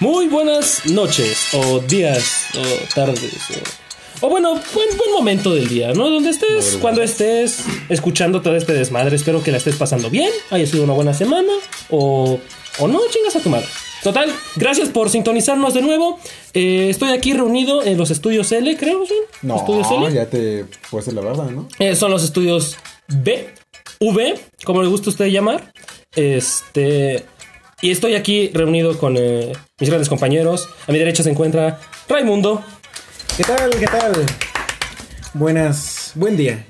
Muy buenas noches, o días, o tardes, o, o bueno, buen, buen momento del día, ¿no? Donde estés, cuando estés escuchando todo este desmadre, espero que la estés pasando bien, haya sido una buena semana, o, o no, chingas a tu madre. Total, gracias por sintonizarnos de nuevo. Eh, estoy aquí reunido en los estudios L, creo, ¿sí? No, estudios L. ya te fuese la verdad, ¿no? Eh, son los estudios B, V, como le gusta a usted llamar. Este. Y estoy aquí reunido con eh, mis grandes compañeros. A mi derecha se encuentra Raimundo. ¿Qué tal? ¿Qué tal? Buenas, buen día.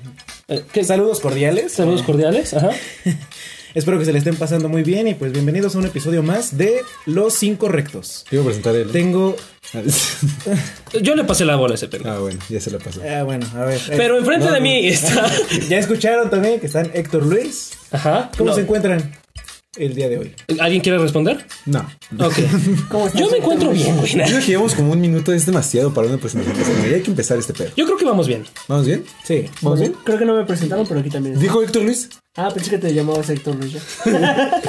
Eh, ¿qué- Saludos cordiales. Saludos cordiales. Ajá. Espero que se le estén pasando muy bien y pues bienvenidos a un episodio más de Los Cinco Rectos. Te iba a presentar el. Tengo... Yo le pasé la bola a ese pendejo. ah, bueno, ya se la pasó. Ah, bueno, a ver. eh, Pero enfrente no, de no. mí está. Ya escucharon también que están Héctor Luis. Ajá. ¿Cómo No. se encuentran el día de hoy? ¿Alguien quiere responder? No. Ok. Yo me encuentro bien, güey. Yo creo que llevamos como un minuto, es demasiado para una presentación. personal. Ya hay que empezar este pedo. Yo creo que vamos bien. ¿Vamos bien? Sí. ¿Vamos bien? Creo que no me presentaron, pero aquí también. Dijo Héctor Luis. Ah, pensé que te llamabas Héctor Luis. ya.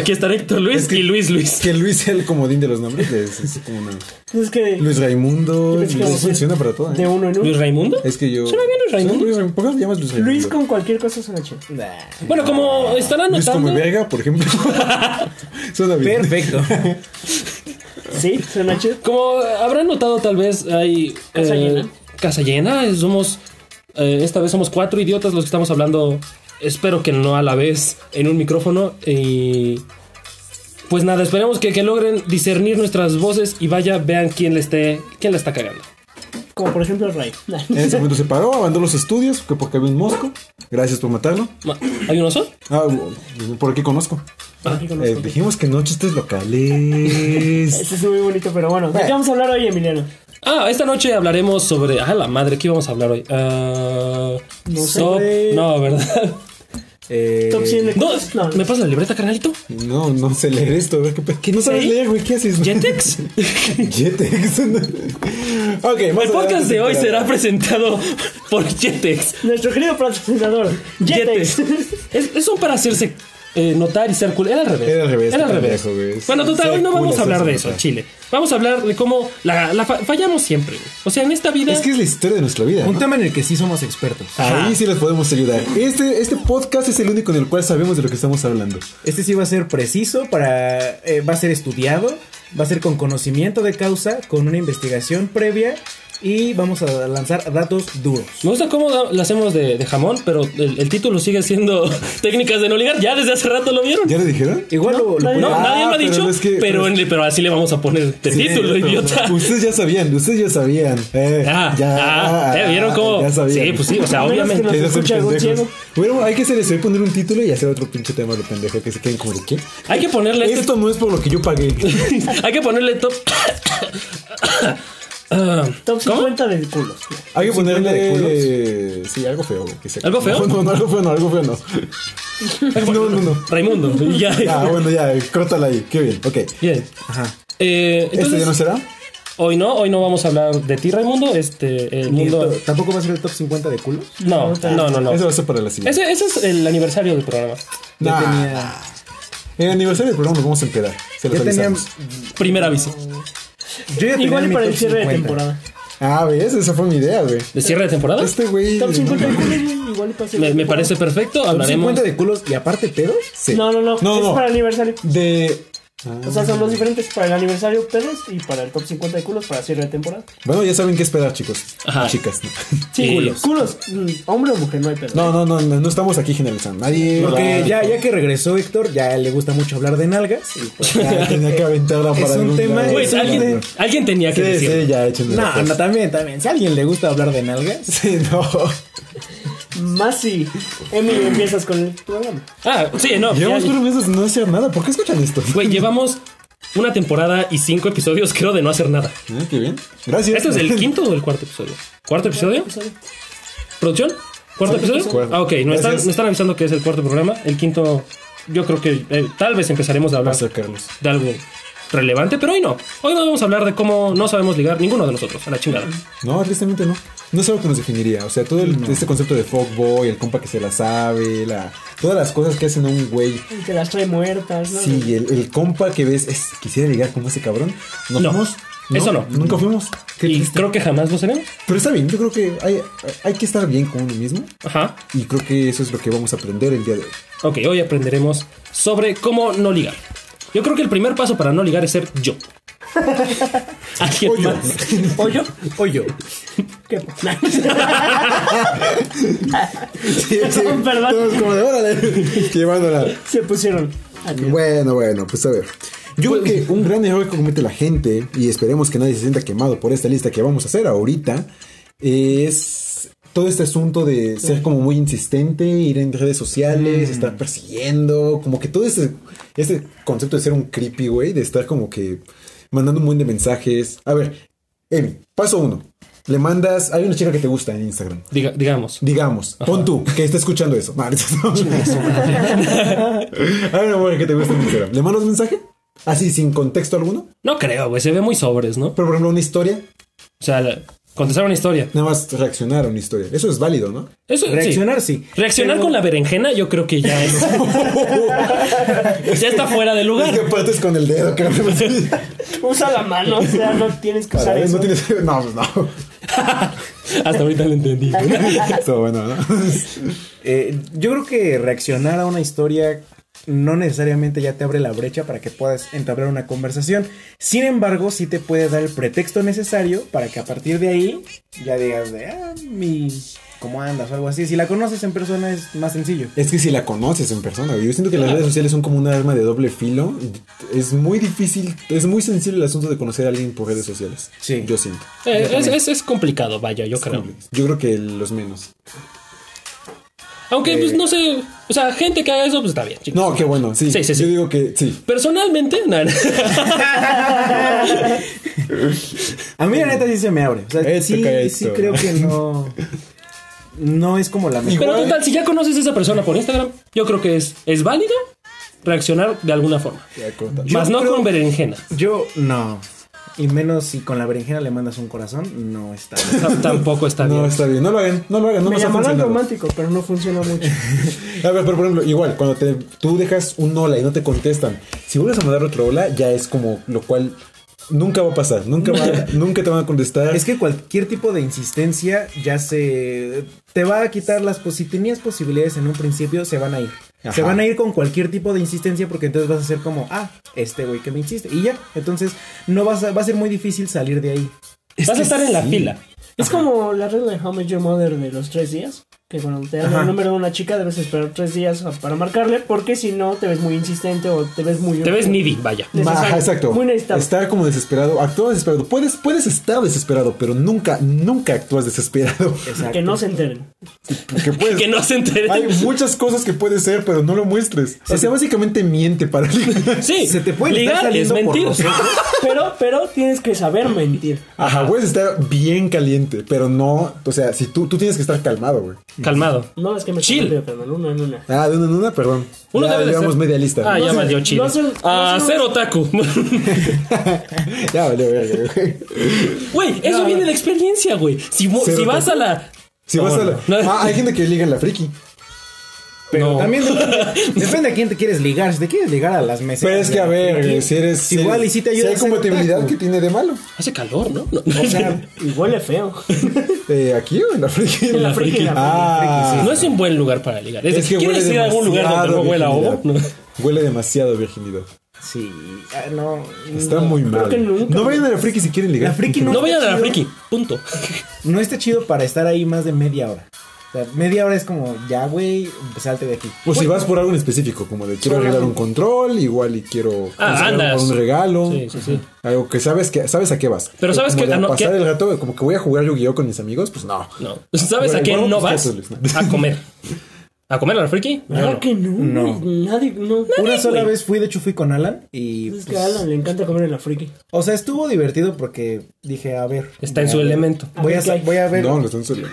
Aquí está Héctor Luis y Luis Luis. Que Luis es el comodín de los nombres. Es, es como una- Pues es que Luis Raimundo. Yo pensé que Luis íbamos a funciona para todo. ¿eh? de uno en uno. ¿Luis Raimundo? Es que yo. Suena bien Luis Raimundo. Raimundo. ¿Por qué te llamas Luis Raimundo? Luis con cualquier cosa suena chido. Nah. Bueno, como estarán Luis como notando. verga, por ejemplo. Suena bien. Perfecto. Sí, suena chido. Como habrán notado, tal vez hay. eh, Casa llena. Casa llena. eh, Somos. eh, esta vez somos cuatro idiotas los que estamos hablando. Espero que no a la vez en un micrófono. Y. Pues nada, esperemos que, que logren discernir nuestras voces y vaya, vean quién le esté. quién la está cagando. Como por ejemplo el Ray. Nah. En ese momento se paró, abandonó los estudios que porque había un mosco. Gracias por matarlo. Ma- ¿Hay un oso? Ah, por aquí conozco. Aquí Eh, conozco. dijimos que no chistes locales. Este es muy bonito, pero bueno. ¿De qué vamos a hablar hoy, Emiliano? Ah, esta noche hablaremos sobre. Ah, la madre, ¿qué íbamos a hablar hoy? Ah, No sé, so- güey. No, ¿verdad? Eh, Top 100 de No, cosas. No, ¿me pasa la libreta, carnalito? no, no sé leer esto. a ver, ¿Qué, pe- qué no sabes ¿Sí? leer, güey? ¿Qué haces? ¿Jetex? Jetex. ok, más El podcast adelante de hoy se será enterará. presentado por Jetex. Nuestro querido patrocinador, Jetex. Jetex. Es, es un para hacerse eh, notar y ser cool. Era al revés. Era al revés, Era al qué revés. pendejo, güey. Bueno, total, Ser hoy no cool vamos es a hablar de hacerse eso, notar. Chile. Vamos a hablar de cómo la, la fa- fallamos siempre. güey. O sea, en esta vida. Es que es la historia de nuestra vida. Un ¿no? tema en el que sí somos expertos. Ahí sí les podemos ayudar. Este, este podcast es el único en el cual sabemos de lo que estamos hablando. Este sí va a ser preciso para eh, va a ser estudiado, va a ser con conocimiento de causa, con una investigación previa y vamos a lanzar datos duros. Me gusta cómo la- la hacemos de, de jamón, pero el, el título sigue siendo técnicas de no ligar. Ya desde hace rato lo vieron. ¿Ya le dijeron? Igual lo, lo puede- nadie- No, Ah, nadie me ha pero dicho, es que- pero, pero es en- pero así le vamos a poner de título, idiota. Ustedes ya sabían, ustedes ya sabían. Eh, Ah, ya, ah, eh, ¿vieron cómo? Ya sabían. Sí, pues sí, o sea, A menos que obviamente. nos Ustedes son escuche algún pendejos. ciego. Bueno, hay que hacer eso, hay que poner un título y hacer otro pinche tema de pendejo que se queden como de qué. Hay que ponerle este Esto no es por lo que yo pagué. Hay que ponerle top. Ah, Top ¿Cómo? 50 de culos. Hay que de ponerle. Sí, algo feo, güey. que se- ¿Algo feo? No, no, algo feo no, algo feo no. No, no, no. Raimundo. y Ya. Ya, Ah, bueno, ya, córtala ahí. Qué bien, ok. Bien. Ajá. Eh, ¿Este entonces, ya no será? hoy no, hoy no vamos a hablar de ti, Raimundo. Este, el Ni el mundo. to- Tampoco va a ser el top 50 de culos. No, no, no, no. Eso va a ser para la siguiente. Ese, ese es el aniversario del programa. Ya Nah. tenía El aniversario del programa nos vamos a empedar. Se los ya tenía avisamos. Primer aviso. yo ya tenía Igual y mi para top el cierre 50. de temporada. Ah, ¿ves? Esa fue mi idea, güey. ¿De cierre de temporada? Este güey. Top no 50 de mames. culos, igual y para el cierre Me, de me temporada. parece perfecto. Top Hablaremos. 50 de culos y aparte pedos. Sí. No, no, no. No, es no. para el aniversario. De. Ah. O sea, son los diferentes para el aniversario pedos y para el top 50 de culos para cierre de temporada. Bueno, ya saben qué esperar, chicos. Ajá. Chicas. no. Sí. culos. Culos. Mm, Hombre o mujer, no hay pedo. No, no, no, no, no estamos aquí generalizando. Nadie. Porque va- ya, ya que regresó Héctor, ya le gusta mucho hablar de nalgas. Y pues, Ya tenía que aventarla para Es un algún tema- lado. Güey, Es un alguien, de- alguien tenía que Sí, decir. sí, ya échenme la no, fuerza. no, también, también. Si a alguien le gusta hablar de nalgas, Sí, no. Más si Emily empiezas con el programa. Ah, sí, no. ya- Llevamos cuatro meses no hacer nada. ¿Por qué escuchan esto? Güey, llevamos una temporada y cinco episodios, creo, de no hacer nada. Ah, qué bien. Gracias. ¿Este es el quinto o el cuarto episodio? ¿Cuarto episodio? Pues, ¿Producción? ¿Cuarto episodio? Cuarto. Ah, ok. Me están, Gracias. me están avisando que es el cuarto programa. El quinto, yo creo que eh, tal vez empezaremos a hablar Pasa, Carlos. de algo relevante, pero hoy no. Hoy no vamos a hablar de cómo no sabemos ligar ninguno de nosotros, a la chingada. No, tristemente no. No es algo que nos definiría. O sea, todo el- este concepto de fuckboy, el compa que se la sabe, la, todas las cosas que hacen a un güey. Y Que las trae muertas, ¿no? Sí, el, el compa que ves, es, quisiera ligar como ese cabrón. ¿Nos No, fuimos? eso no. Nunca fuimos. Qué Y triste. creo que jamás lo seremos. Pero está bien, yo creo que hay, hay que estar bien con uno mismo. Ajá. Y creo que eso es lo que vamos a aprender el día de hoy. Ok, hoy aprenderemos sobre cómo no ligar. Yo creo que el primer paso para no ligar es ser yo. ¿Alguien O yo. más? ¿O yo? O yo. ¿Qué? Sí, sí. Perdón. Todos como de, órale, llevándola. Se pusieron. Ah, Bueno, bueno, pues a ver. Yo creo que un gran error que comete la gente, y esperemos que nadie se sienta quemado por esta lista que vamos a hacer ahorita, es todo este asunto de ser como muy insistente, ir en redes sociales, estar persiguiendo, como que todo ese, ese concepto de ser un creepy, güey, de estar como que mandando un buen de mensajes. A ver, Emi, paso uno. Le mandas, hay una chica que te gusta en Instagram. Diga- digamos. Digamos, pon tú que está escuchando eso. No, no, no. Hay una mujer que te gusta en Instagram. ¿Le mandas un mensaje? Así, sin contexto alguno. No creo, güey. Se ve muy sobres, ¿no? Pero, por ejemplo, una historia, O sea, la- contestar una historia. nada más reaccionar a una historia. Eso es válido, ¿no? Eso, sí. Reaccionar, sí. Reaccionar Pero- con la berenjena, yo creo que ya es. ya está fuera de Es que lugar. partes con el dedo, cabrón. Usa la mano, o sea, no tienes que usar Para, ¿eh? eso. No tienes... No, pues, no. Hasta ahorita lo entendí. Estuvo bueno, ¿no? Eh, yo creo que reaccionar a una historia no necesariamente ya te abre la brecha para que puedas entablar una conversación. Sin embargo, sí te puede dar el pretexto necesario para que a partir de ahí ya digas de, ah, mi, ¿cómo andas? o algo así. Si la conoces en persona es más sencillo. Es que si la conoces en persona, güey. Yo siento que las redes sociales son como un arma de doble filo. Es muy difícil, es muy sensible el asunto de conocer a alguien por redes sociales. Sí. Yo siento. Eh, es, es- es complicado, vaya, yo creo. Yo creo que los menos. Aunque, Eh. pues no sé. O sea, gente que haga eso, pues está bien, chicos. No, qué bueno, sí. Sí, sí, sí. Yo digo que sí. Personalmente, no, no. A mí la neta sí se me abre. O sea, Esto sí, que sí esto. creo que no... No es como la mejor. Pero total, si ya conoces a esa persona por Instagram, yo creo que es, es válido reaccionar de alguna forma. Ya, como tal. Más no creo- con berenjena. Yo no. Y menos si con la berenjena le mandas un corazón, no está. bien. T- Tampoco está No, bien. está bien, no lo hagan, no lo hagan, no Me nos ha llamarán funcionado. romántico, pero no funciona mucho. A ver, pero por ejemplo, igual, cuando te, tú dejas un hola y no te contestan, si vuelves a mandar otro hola, ya es como lo cual nunca va a pasar, nunca, va- nunca te van a contestar. Es que cualquier tipo de insistencia ya se te va a quitar las pos- si tenías posibilidades en un principio se van a ir. Ajá. Se van a ir con cualquier tipo de insistencia porque entonces vas a ser como, ah, este güey que me insiste y ya. Entonces no vas a, va a ser muy difícil salir de ahí. Vas a estar en la fila. Es como la regla de How I Met Your Mother de los tres días. Que cuando te dan Ajá. el número de una chica debes esperar tres días para marcarle. Porque si no, te ves muy insistente o te ves muy... Te ves needy, vaya. Ajá, necesario, exacto. muy necesitado. Estar como desesperado, actúa desesperado. Puedes, puedes estar desesperado, pero nunca, nunca actúas desesperado. Que no se enteren. Porque puedes- Que no se enteren. Hay muchas cosas que puedes ser, pero no lo muestres. O sea, básicamente miente para Sí, Se te puede estar ligar es saliendo por mentir. los Pero, pero tienes que saber mentir. Ajá, puedes estar bien caliente, pero no. O sea, si tú, tú tienes que estar calmado, güey. Calmado. No, es que me Chill. confundí, Fernando, una en una. Ah, de una en una, perdón. Uno ya debe de llevamos ser- media lista. Ah, ya sé, valió Ah, chido. no sé, no A sé. ser otaku. Ya valió, verga, güey. Güey, eso viene de experiencia, güey. Si, mo- Ser si vas a otaku. la. Si No, vas a la... no. Ah, hay gente que liga en la friki. Pero No. también depende, depende a quién te quieres ligar. Si te quieres ligar a las mesas. Pero es que, a ver, güey, si eres... si Igual eres- y si te ayuda Si a hay ser compatibilidad otaku. que tiene de malo. Hace calor, ¿no? No, O sea, Y huele feo. Eh, ¿Aquí o en la friki? En la friki. Ah. no es un buen lugar para ligar. Es, Es que huele ¿Quieres ir a algún lugar donde no demasiado huela a ovo? virginidad. No. Huele demasiado virginidad. sí, ah, no. Está no. muy mal. que nunca. No vayan a la friki si quieren ligar. La friki no, No está vayan a la chido. friki. Punto. no está chido para estar ahí más de media hora. O sea, media hora es como, ya, güey, salte de aquí. O Pues si vas por algo en específico, como de quiero arreglar un control, igual y quiero Ah, conseguir andas. un regalo. Sí, sí, sí. Algo que sabes que sabes a qué vas. Pero O sabes como que- de ah, no, pasar que- el rato, como que voy a jugar Yu-Gi-Oh con mis amigos, pues no. No. ¿Sabes Bueno, a qué igual no otros vas? cosas, ¿no? A comer. ¿A comer al friki? Claro que no. No. güey, Nadie, no. Una sola güey. vez fui, de hecho fui con Alan y... Es que pues, a Alan le encanta comer en la friki. o sea, estuvo divertido porque dije, a ver... Está en su a ver, elemento. Voy a, A ver sa- qué hay. voy a ver... No, lo están solo.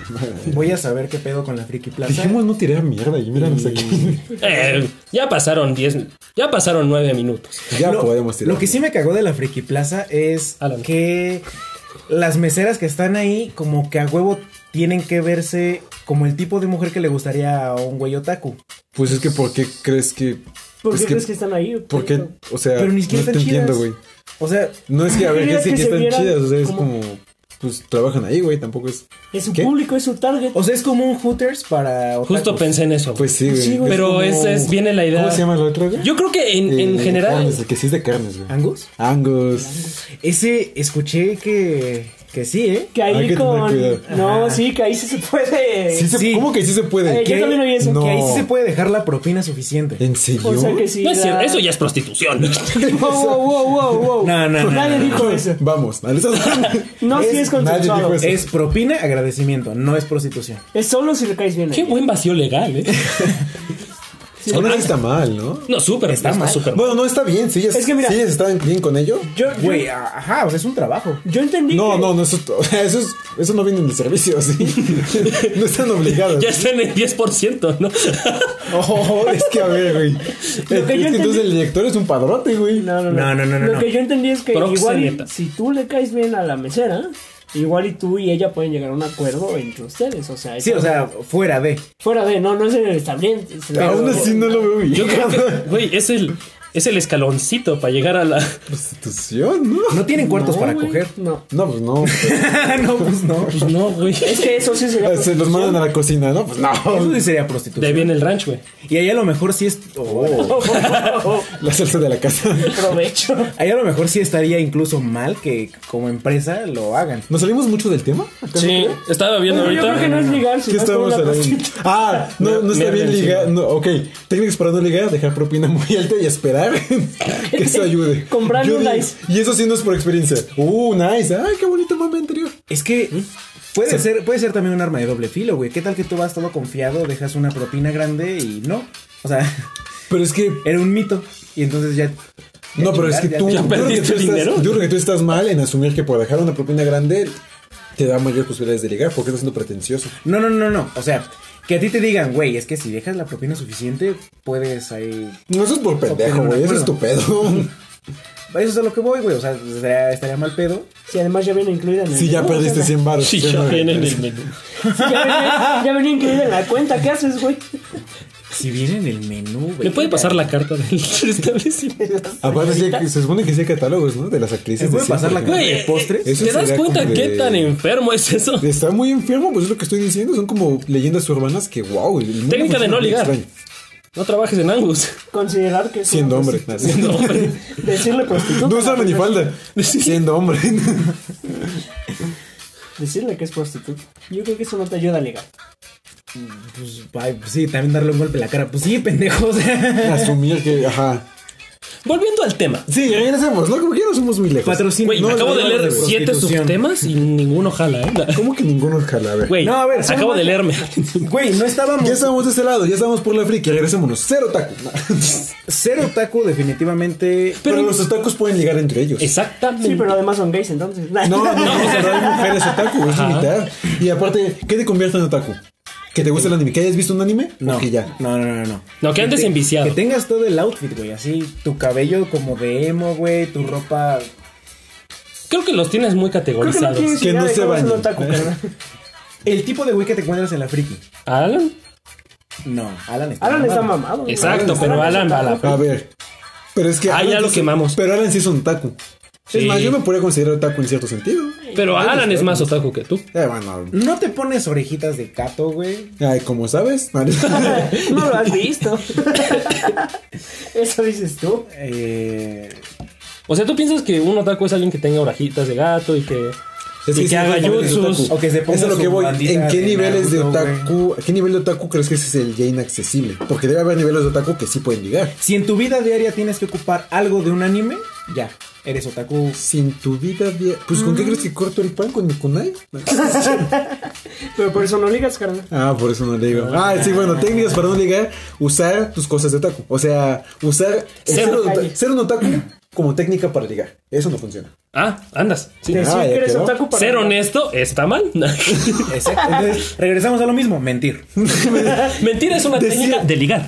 Voy a saber qué pedo con la Friki Plaza. Dijimos no tirar mierda y míranos aquí. Eh, ya pasaron 10, ya pasaron 9 minutos. Ya lo, podemos tirar. Lo que sí me cagó de la Friki Plaza es Alan. que las meseras que están ahí, como que a huevo tienen que verse como el tipo de mujer que le gustaría a un güey otaku. Pues es que, ¿por qué crees que.? ¿Por es qué crees que están ahí? ¿Por qué? O sea, Pero no ni te siquiera están entiendo, chidas. güey. O sea, No es que, a ver, Quería que sí, que que se están vieran chidas. O sea, es como- como. Pues trabajan ahí, güey. Tampoco es. Es su ¿Qué? público, es su target. o sea, es como un Hooters para otakus. Justo pensé en eso. Pues sí, güey. Sí, güey. Pero como- esa es, viene la idea. ¿Cómo se llama la otra, güey? Yo creo que en, en Eh, general. carnes, que sí es de carnes, güey. ¿Angus? Angus. Ese escuché que, que sí, ¿eh? que ahí hay que tener con. cuidado. No, sí, que ahí sí se puede. Sí se- Sí. ¿Cómo que sí se puede? Eh, yo también oí eso. No. Que ahí sí se puede dejar la propina suficiente. ¿En serio? O sea que sí. No es la- cierto, eso ya es prostitución. Wow, wow, wow, wow, wow. No, no, no, Nadie no, dijo eso. Vamos, a No, si es Nadie consensuado. dijo eso. Es propina, agradecimiento, no es prostitución. Es solo si le caes bien. Qué ahí. buen vacío legal, ¿eh? Aún así está mal, ¿no? No, súper, está súper. Bueno, no está bien. Si ellas, Es que mira- si ellas están bien con ello. Yo, yo, Güey, a- ajá, o sea, es un trabajo. yo entendí. No, que- no, no, eso, o sea, eso, es- eso no viene en el servicio, ¿sí? No están obligadas. Ya están en el 10%, ¿no? Oh, es que a ver, güey. Lo que yo Es que entonces entendí- el director es un padrote, güey. No, no, no. No, no, no, no, Lo no. que yo entendí es que Proxeneta. igual y- si tú le caes bien a la mesera, igual y tú y ella pueden llegar a un acuerdo entre ustedes. O sea, Sí, o sea, fuera de. fuera de, no, no es en el establecimiento. es en el- Aún así no lo veo bien. Yo creo que, güey, es el, es el escaloncito para llegar a la. Prostitución, ¿no? No tienen cuartos No, para güey, coger. No. No, pues no. no, pues no. Pues no, güey. Es que eso sí sería. Pues, se los mandan a la cocina, ¿no? Pues no. Eso sí sería De ahí prostitución. viene el ranch, güey. Y ahí a lo mejor sí es. oh. La salsa de la casa. Provecho. Ahí a lo mejor sí estaría incluso mal que como empresa lo hagan. ¿Nos salimos mucho del tema? ¿Acaso? Sí, estaba viendo Yo creo que ahorita. no es ligar, ¿Qué sino es estábamos como una hablando? prostituta. Ah, no, no Mierda está bien encima. ligar. No, ok. Técnicas para no ligar, dejar propina muy alta y esperar que eso ayude. Comprar Yo un di- nice. Y eso sí no es por experiencia. Uh, nice. Ay, qué bonito mame anterior. Es que ¿Mm? puede ser, puede ser también un arma de doble filo, güey. ¿Qué tal que tú vas todo confiado, dejas una propina grande y no? O sea, Pero es que. era un mito. Y entonces ya. No, pero es que ya- tú. ya yo creo que perdiste tú estás- dinero. Yo creo que tú estás mal en asumir que por dejar una propina grande te da mayores posibilidades de ligar porque estás siendo pretencioso. No, no, no, no. O sea, que a ti te digan, güey, es que si dejas la propina suficiente, puedes ahí. No, eso es por pero pendejo, me güey. Eso es tu acuerdo. pedo. Eso es a lo que voy, güey. O sea, estaría, estaría mal pedo. Si además ya viene incluida en el. Si ya menú, perdiste o sea, 100 baros. Sí, ya viene en el menú. si ya venía, ya venía incluida en la cuenta. ¿Qué haces, güey? Si viene en el menú, güey. ¿Le puede pasar la carta del establecimiento? Aparte, sí hay- se supone que sí hay catálogos, ¿no? De las actrices. ¿Se puede de siempre, pasar la ¿no? cara? Güey, ¿De postres? eh, Eso ¿te das sería cuenta como qué de- tan enfermo es eso? Está muy enfermo, pues es lo que estoy diciendo. Son como leyendas urbanas que, wow. el mundo pues, Técnica de funciona no muy ligar. extraño. No trabajes en Angus. Considerar que. es una Siendo hombre. No, pues, hombre. prostitu- Decirle prostituta. No usa minifalda. Siendo hombre. Decirle que es prostituta. Yo creo que eso no te ayuda a ligar. Pues, ay, pues sí, también darle un golpe en la cara. Pues sí, pendejo. o sea. Asumir que, ajá. Volviendo al tema. Sí, regresemos, ¿no? Como que ya no somos muy lejos. Patrocinio. Güey, No, acabo no, de no, leer de siete prostitución. subtemas y ninguno jala, ¿eh? ¿Cómo que ninguno jala? A ver. Güey, No, a ver, acabo son- de leerme. Güey, no estábamos. Ya estábamos de ese lado, ya estábamos por la friki, regresémonos. Cero taco. Cero taco, definitivamente. Pero, los otakus pueden ligar entre ellos. Exactamente. Sí, pero además son gays, entonces. No, no, no, pero hay mujeres otaku, es limitar. Y aparte, ¿qué te convierte en otaku? ¿Que te gusta el anime? ¿Que hayas visto un anime? No, ¿O que ya. no, no, no, no. No, que antes te- enviciado. Que tengas todo el outfit, güey. Así, tu cabello como de emo, güey. Tu ropa. Creo que los tienes muy Creo que no categorizados. tienes Que idea no de se cómo es un bañen. otaku, carnal. El tipo de güey que te encuentras en la friki. Alan. No, Alan está. Alan está mamado. mamado. güey. Exacto, pero es Alan va a la- otaku. A ver. Pero es que. Ah, ya Alan lo sí- quemamos. Pero Alan sí es un otaku. Sí. Es más, yo me podría considerar otaku en cierto sentido. Pero Alan es más otaku que tú. Eh, bueno. No te pones orejitas de gato, güey. Ay, como sabes. No lo has visto. Eso dices tú. Eh, O sea, tú piensas que un otaku es alguien que tenga orejitas de gato y que. y que sí, haga es otaku. jutsus. O que se ponga Eso es lo su que voy. bandita ¿En qué de niveles de Naruto, otaku, a qué nivel de otaku crees que ese es el ya inaccesible? Porque debe haber niveles de otaku que sí pueden ligar. Si en tu vida diaria tienes que ocupar algo de un anime, ya. eres otaku. Sin tu vida dia- Pues Mm. ¿con qué crees que corto el pan? ¿Con el kunai? Pero por eso no ligas, carnal. Ah, por eso no le digo. Ah, sí, bueno, técnicas para no ligar, usar tus cosas de otaku. O sea, usar el Ser ser, un otaku. ota- ser un otaku como técnica para ligar. Eso no funciona. Ah, andas. Sí. Decir Ah, ya que eres quedó. otaku para Ser honesto está mal. Exacto. Entonces, regresamos a lo mismo, mentir. Mentir es una Decía- técnica de ligar.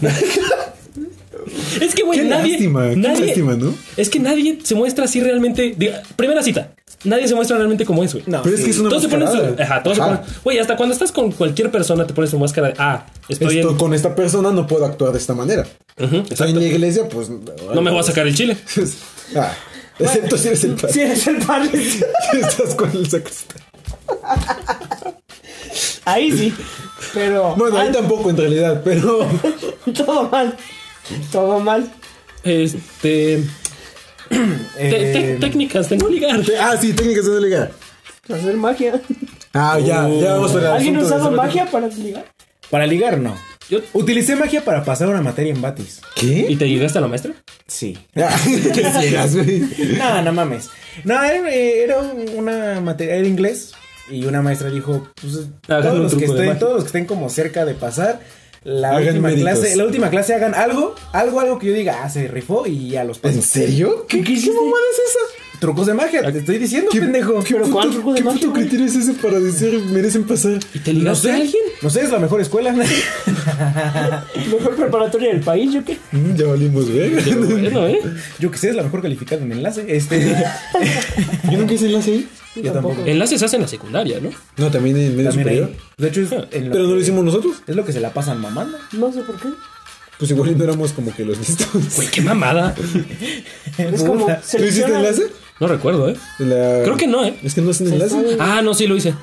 Es que, güey, Qué nadie. lástima, qué nadie- lástima, ¿no? Es que nadie se muestra así realmente. diga, primera cita. Nadie se muestra realmente como es, güey. No, Pero es que sí. es una todos se ponen mascarada. Ah, su- Ajá, todos se Ajá. ponen- Güey, hasta cuando estás con cualquier persona te pones tu máscara de. Ah, estoy Esto- en. Con esta persona no puedo actuar de esta manera. Estoy en la iglesia, pues... No me voy a sacar el chile. Ah, excepto si eres el padre. Si eres el padre. Estás con el sacristán. Ahí sí. Pero. Bueno, Ah. ahí tampoco en realidad, pero... Todo mal. Todo mal. Este. te- te- Eh, técnicas de no ligar. Ah, sí, técnicas de no ligar. Hacer magia. Ah, ya, ya vamos para el ¿Alguien asunto de usaba hacer- magia para ligar? Para ligar, no. Yo- Utilicé magia para pasar una materia en Batis. ¿Y ¿Qué? te llegaste a la maestra? Sí. Ah, Quisieras, güey. No, no mames. No, era, eh, era un- una materia, era inglés. Y una maestra dijo: pues, Ah, Hagan todos, un los que truco de estén, magia. todos los que estén como cerca de pasar, la Hagan última méritos. clase, la última clase hagan algo, algo, algo que yo diga, ah, se rifó y ya los ¿En pasos. serio? ¿Qué, qué, qué mamada es esa? Trucos de magia, te estoy diciendo, ¿Qué- pendejo. ¿Pero puto- cuál truco de ¿Qué magia, puto güey? criterio es ese para decir merecen pasar? ¿Y te ligaste a alguien? No sé, es la mejor escuela. Mejor preparatoria del país, yo qué. Mm, ya valimos, verga. Bueno, ¿eh? Yo que sé, es la mejor calificada en enlace. Este, ¿Yo nunca hice enlace ahí? yo tampoco. Enlaces se hacen en la secundaria, ¿no? No, también en medio También superior. ahí. De hecho, es, en Pero no lo que- hicimos nosotros. es lo que se la pasan mamando. No sé por qué. Pues igual no éramos como que los listos. Güey, qué mamada. Es como. Puta. ¿Tú hiciste selecciona- enlace? No recuerdo, ¿eh? La- Creo que no, ¿eh? Es que no hacen enlace. Ah, no, sí lo hice.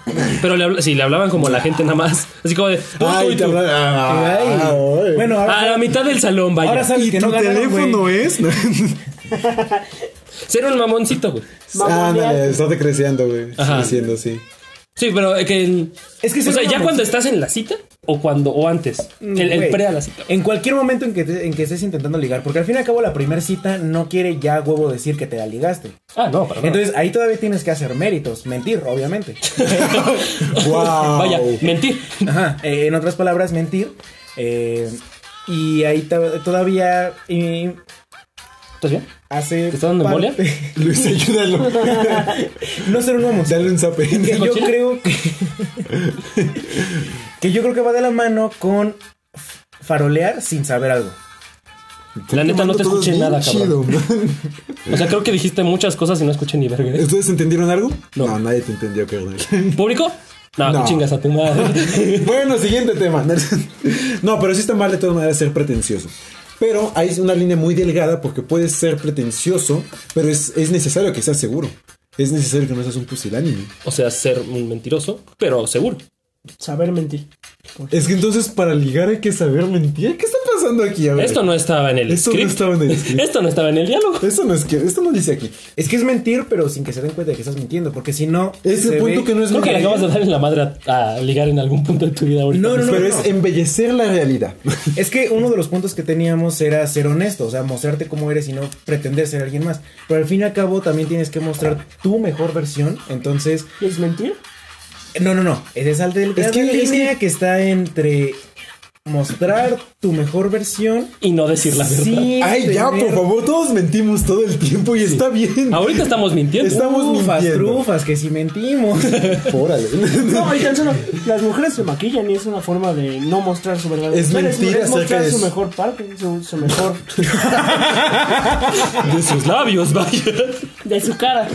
Pero le habla- sí, le hablaban como a la gente nada más. Así como de. "Tú, tú Ay, y te tú". hablan- ah, Ay. ay. Bueno, ahora, A la mitad del salón, vaya. ahora sabes ¿Y que tu no ganaron, teléfono güey. es? Ser un mamoncito, güey. Ah, Mamonear. está decreciendo, güey. Ajá. Diciendo así. Sí, pero eh, que. Es que o ser sea, un ya mamoncito- cuando estás en la cita o cuando o antes. El, el Güey, pre a la cita. En cualquier momento en que, te- en que estés intentando ligar, porque al fin y al cabo la primera cita no quiere ya huevo decir que te la ligaste. Ah, no, para nada. Entonces ahí todavía tienes que hacer méritos, mentir, obviamente. ¡Wow! Vaya, mentir. Ajá, eh, en otras palabras, mentir. eh, y ahí to- todavía eh, ¿Estás bien? hace. ¿Te está dando parte- embolia? Luis, ayúdalo. No ser un homo. Dale un zape. que yo ¿Mochila? creo que, que yo creo que va de la mano con f- farolear sin saber algo. La neta, no te Todo escuché bien nada, chido, man. O sea, creo que dijiste muchas cosas y no escuché ni verga. ¿eh? ¿Ustedes entendieron algo? No, nadie te entendió, carnal. ¿Público? No, No. tú chingas a tu madre. bueno, siguiente tema. No, pero sí está mal de todas maneras ser pretencioso. Pero hay una línea muy delgada porque puedes ser pretencioso, pero es, es necesario que seas seguro. Es necesario que no seas un pusilánime. O sea, ser un mentiroso, pero seguro. Saber mentir. Es que entonces para ligar hay que saber mentir. ¿Qué está pasando aquí? A ver. Esto no estaba en el Esto no script. estaba en el script. Esto no estaba en el diálogo. Eso no es que, esto no dice aquí. Es que es mentir, pero sin que se den cuenta de que estás mintiendo, porque si no. Es el se punto ve- que no es Creo que le mentir, acabas de dar en la madre a, a ligar en algún punto de tu vida ahorita. No, no, no. pero es embellecer la realidad. Es que uno de los puntos que teníamos era ser honesto, o sea, mostrarte cómo eres y no pretender ser alguien más. Pero al fin y al cabo también tienes que mostrar tu mejor versión. Entonces, ¿Y es mentir? no, no, no. Esa es la delgada Es que- es línea que está entre mostrar tu mejor versión Y no decir la verdad. Sí, Ay, ya, por tener favor, todos mentimos todo el tiempo y está bien. Este, Ahorita estamos mintiendo. Uh, Está- Estamos trufas, mintiendo. trufas, que si mentimos. Órale. No, ahí tan solo. Las mujeres se maquillan y es una forma de no mostrar su verdadero Es ser, mentira Es mostrar acerca de su su- mejor parte, su, su mejor. De sus labios, vaya. de su cara.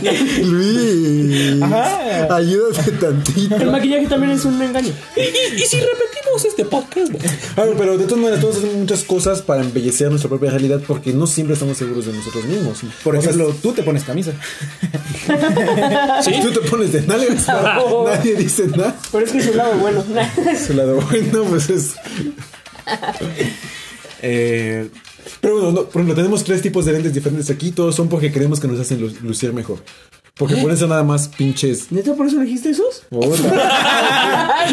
Luis, Ajá. ayúdate tantito. El maquillaje también es un engaño. Y, y- y si repetimos este podcast, vaya. A ver, pero de todas maneras, todos hacemos muchas cosas para embellecer nuestra propia realidad porque no siempre estamos seguros de nosotros mismos. Por O sea, ejemplo, tú te pones camisa. ¿Sí? Ah, tú te pones de nalgas, pero nadie dice nada. Pero es que es el lado bueno. Su lado bueno, pues es. eh, Pero bueno, no, por ejemplo, tenemos tres tipos de lentes diferentes aquí. Todos son porque creemos que nos hacen lu- lucir mejor. Porque por eso nada más pinches. ¿Eh? ¿Neta por eso elegiste esos? Hola.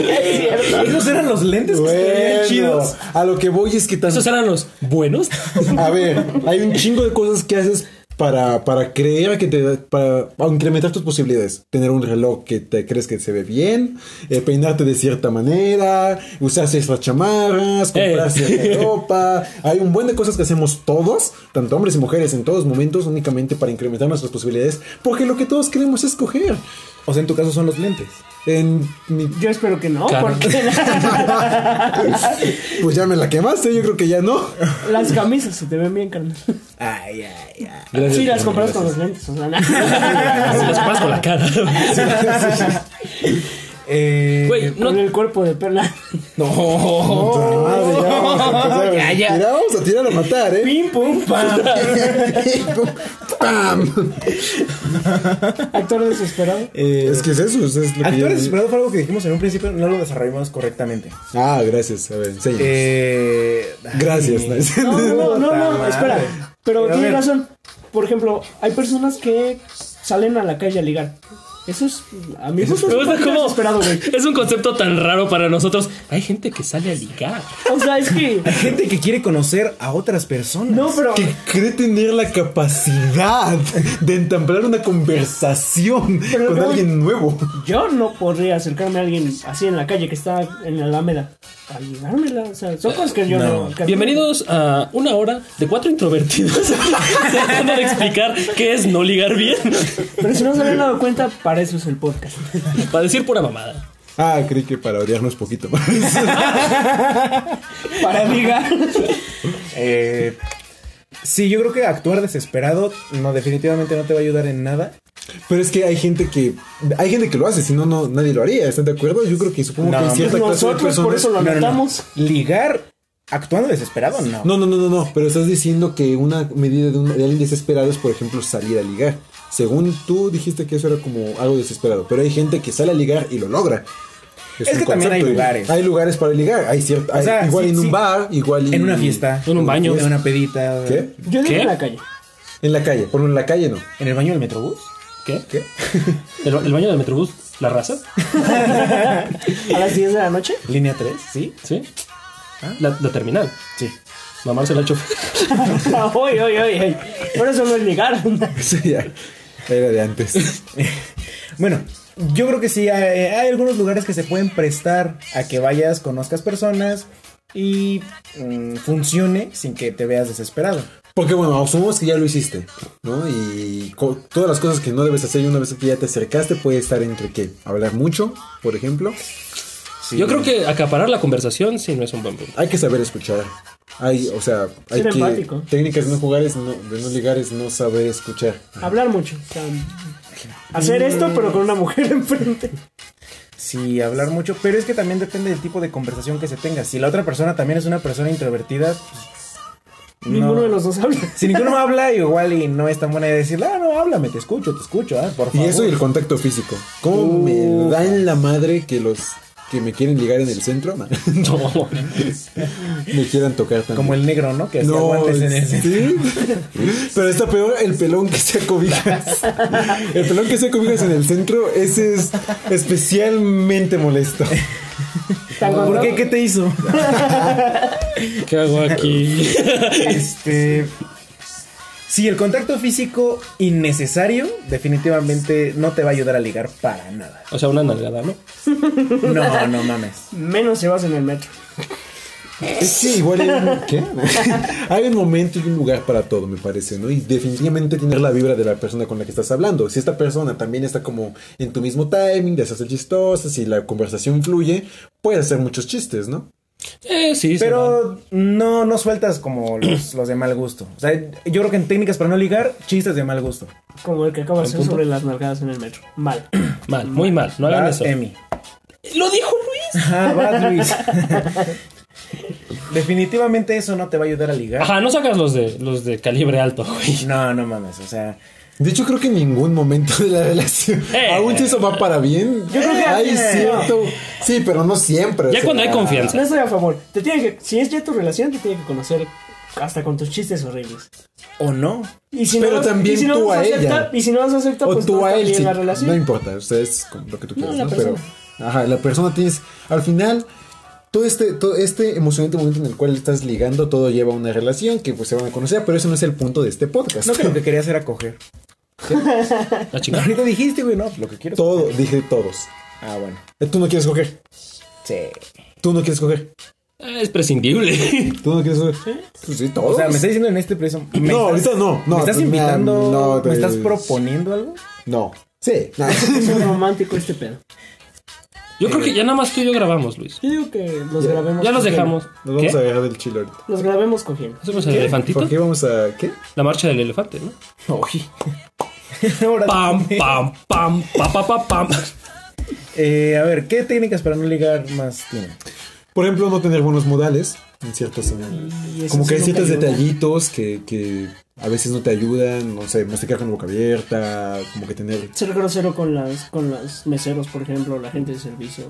Esos eran los lentes que se veían Bueno, chidos. A lo que voy es que tan Esos eran los buenos. A ver, hay un chingo de cosas que haces para, para creer que te para incrementar tus posibilidades. Tener un reloj que te crees que se ve bien, eh, peinarte de cierta manera, usar ciertas chamarras, comprar Eh. cierta ropa. Hay un buen de cosas que hacemos todos, tanto hombres y mujeres, en todos momentos, únicamente para incrementar nuestras posibilidades, porque lo que todos queremos es coger. O sea, en tu caso son los lentes. En mi- Yo espero que no, Claro. porque pues ya me la quemaste, yo creo que ya no. las camisas se te ven bien, carnal. Ay, ay, ay. Sí, las compras con los lentes, o sea, nada. Se las compras con la cara. Eh, Güey, no. Con el cuerpo de perla. No. Madre, ya vamos a empezar. Ya, ya. Mira, vamos a tirar a matar, ¿eh? Pim, pum, pam. ¡Pam! Actor desesperado. eh, Es que es eso, es lo que yo- Actores desesperados fue algo que dijimos en un principio, no lo desarrollamos correctamente. Ah, gracias. A ver, enséñanos. Eh, gracias. ay, Nice. No, no, no, no, no, espera. Pero Pero a tiene ver. razón. Por ejemplo, hay personas que salen a la calle a ligar. Eso es, a mí eso es Me gusta cómo desesperado, güey. es un concepto tan raro para nosotros. Hay gente que sale a ligar. O sea, es que... Hay gente que quiere conocer a otras personas. No, pero... Que cree tener la capacidad de entablar una conversación Pero con no- alguien nuevo. Yo no podría acercarme a alguien así en la calle que está en la Alameda a ligármela. O sea, son cosas que yo no. que- Bienvenidos a una hora de cuatro introvertidos tratando de explicar qué es no ligar bien Pero si no se habían dado cuenta, para eso es el podcast. para decir pura mamada. Ah, creí que para odiarnos poquito más. Para ligar. Eh, sí, yo creo que actuar desesperado no definitivamente no te va a ayudar en nada. Pero es que hay gente que hay gente que lo hace, si no, no nadie lo haría. ¿Están de acuerdo? Yo creo que supongo que No, hay pues cierta clase de Nosotros personas. por eso lo No, no, no. anotamos. Ligar actuando desesperado, no. No, no, no, no, no. Pero estás diciendo que una medida de, un, de alguien desesperado es, por ejemplo, salir a ligar. Según tú dijiste que eso era como algo desesperado, pero hay gente que sale a ligar y lo logra. Es un que también hay ¿eh? lugares. Hay lugares para ligar. Hay cierto, hay- sea, igual sí, en un sí. bar, igual En una fiesta. En un baño. En una pedita. ¿Qué? Yo digo ¿Qué? en la calle. En la calle. Por en la calle no. ¿En el baño del metrobús? ¿Qué? ¿Qué? ¿El, el baño del Metrobús? ¿La raza? A las 10 de la noche. ¿Línea 3? Sí. ¿Sí? ¿Ah? La, la terminal. Sí. Mamarse la chofer. Oye, oye, oye, oye. Por eso no es ligar. Sí, ya. Era de antes. Bueno, yo creo que sí, hay, hay algunos lugares que se pueden prestar a que vayas, conozcas personas y mm, funcione sin que te veas desesperado. Porque bueno, asumimos que ya lo hiciste, ¿no? Y co- todas las cosas que no debes hacer y una vez que ya te acercaste puede estar entre que hablar mucho, por ejemplo. Yo creo que acaparar la conversación sí no es un buen punto. Hay que saber escuchar. Hay, o sea, hay Ser que empático. técnicas de no jugar es no, de no ligar es no saber escuchar. Hablar mucho. o sea, Mm. hacer esto, pero con una mujer enfrente. Sí, hablar mucho, pero es que también depende del tipo de conversación que se tenga. Si la otra persona también es una persona introvertida, pues, no. Ninguno de los dos habla. Si ninguno habla, igual y no es tan buena idea decirle, ah, no, háblame, te escucho, te escucho, ah, por Y favor. eso y el contacto físico. ¿Cómo me da en la madre que los que me quieren ligar en el centro ma, No. me quieran tocar también? Como el negro, ¿no? Que hacía no, guantes en ese. ¿sí? Pero está peor el pelón que se acobijas. El pelón que se acobijas en el centro, ese es especialmente molesto. Tan ¿Por cuando- qué? ¿Qué te hizo? ¿Qué hago aquí? Este. Sí, el contacto físico innecesario definitivamente no te va a ayudar a ligar para nada. O sea, una nalgada, ¿no? No, no mames. Menos se vas en el metro. Es que igual hay un, ¿qué? hay un momento y un lugar para todo, me parece, ¿no? Y definitivamente tener la vibra de la persona con la que estás hablando. Si esta persona también está como en tu mismo timing, de hacerse chistosa, si la conversación fluye, puedes hacer muchos chistes, ¿no? Eh, sí, se van. Pero no, no sueltas como los, los de mal gusto. O sea, yo creo que en técnicas para no ligar, chistes de mal gusto. Como el que acabo de hacer sobre las nalgadas en el metro. Mal. Mal, muy mal. No hagan Bad eso. Emi. Lo dijo Luis. Ah, bad Luis. definitivamente eso no te va a ayudar a ligar. Ajá, no sacas los de los de calibre alto, güey. No, no mames. O sea, De hecho, creo que en ningún momento de la relación, Eh. aún si eso va para bien, hay cierto. Sí, pero no siempre. Ya o cuando hay sea, No confianza. estoy a favor. Te tiene que, si es ya tu relación, te tiene que conocer hasta con tus chistes horribles. o no. Y si Pero no, también y si no tú vas a acepta- ella. Y si no vas a aceptar, O pues tú no a está él, bien sí. la relación. No importa, o sea, es como lo que tú quieras, la ¿no? Pero, ajá, la persona tienes. Al final, todo este, todo este emocionante momento en el cual estás ligando, todo lleva a una relación que pues se van a conocer, pero eso no es el punto de este podcast. No que lo que querías era coger. La chica. Ahorita dijiste, güey, no, lo que quiero. es Todo, dije todos. coger. Ah, bueno. Eh, Tú no quieres coger. Sí. Tú no quieres coger. Ah, Es prescindible. Tú no quieres coger. Pues sí, todos. O sea, me estás diciendo en este preso. me No, estás- ahorita no, no, ¿Me estás no, invitando? no, pues. te- ¿Me estás proponiendo algo? No. Sí. no. Es un romántico este pedo. Yo creo que ya nada más tú y yo grabamos, Luis. Yo digo que los grabemos. Ya los cogiendo. dejamos. Nos vamos ¿Qué? a dejar del chile ahorita. Los grabemos cogiendo. ¿Hacemos el elefantito? ¿Por qué vamos a qué? La marcha del elefante, ¿no? Ahora- Pam, pam, pam, pa, pa, pa, pam. Eh, a ver, ¿qué técnicas para no ligar más tienen? Por ejemplo, no tener buenos modales en ciertos Y eso como que hay sí no te ciertos ayuda. detallitos que, que a veces no te ayudan, no sé, masticar con la boca abierta, como que tener Ser grosero con las con los meseros, por ejemplo, la gente de servicio.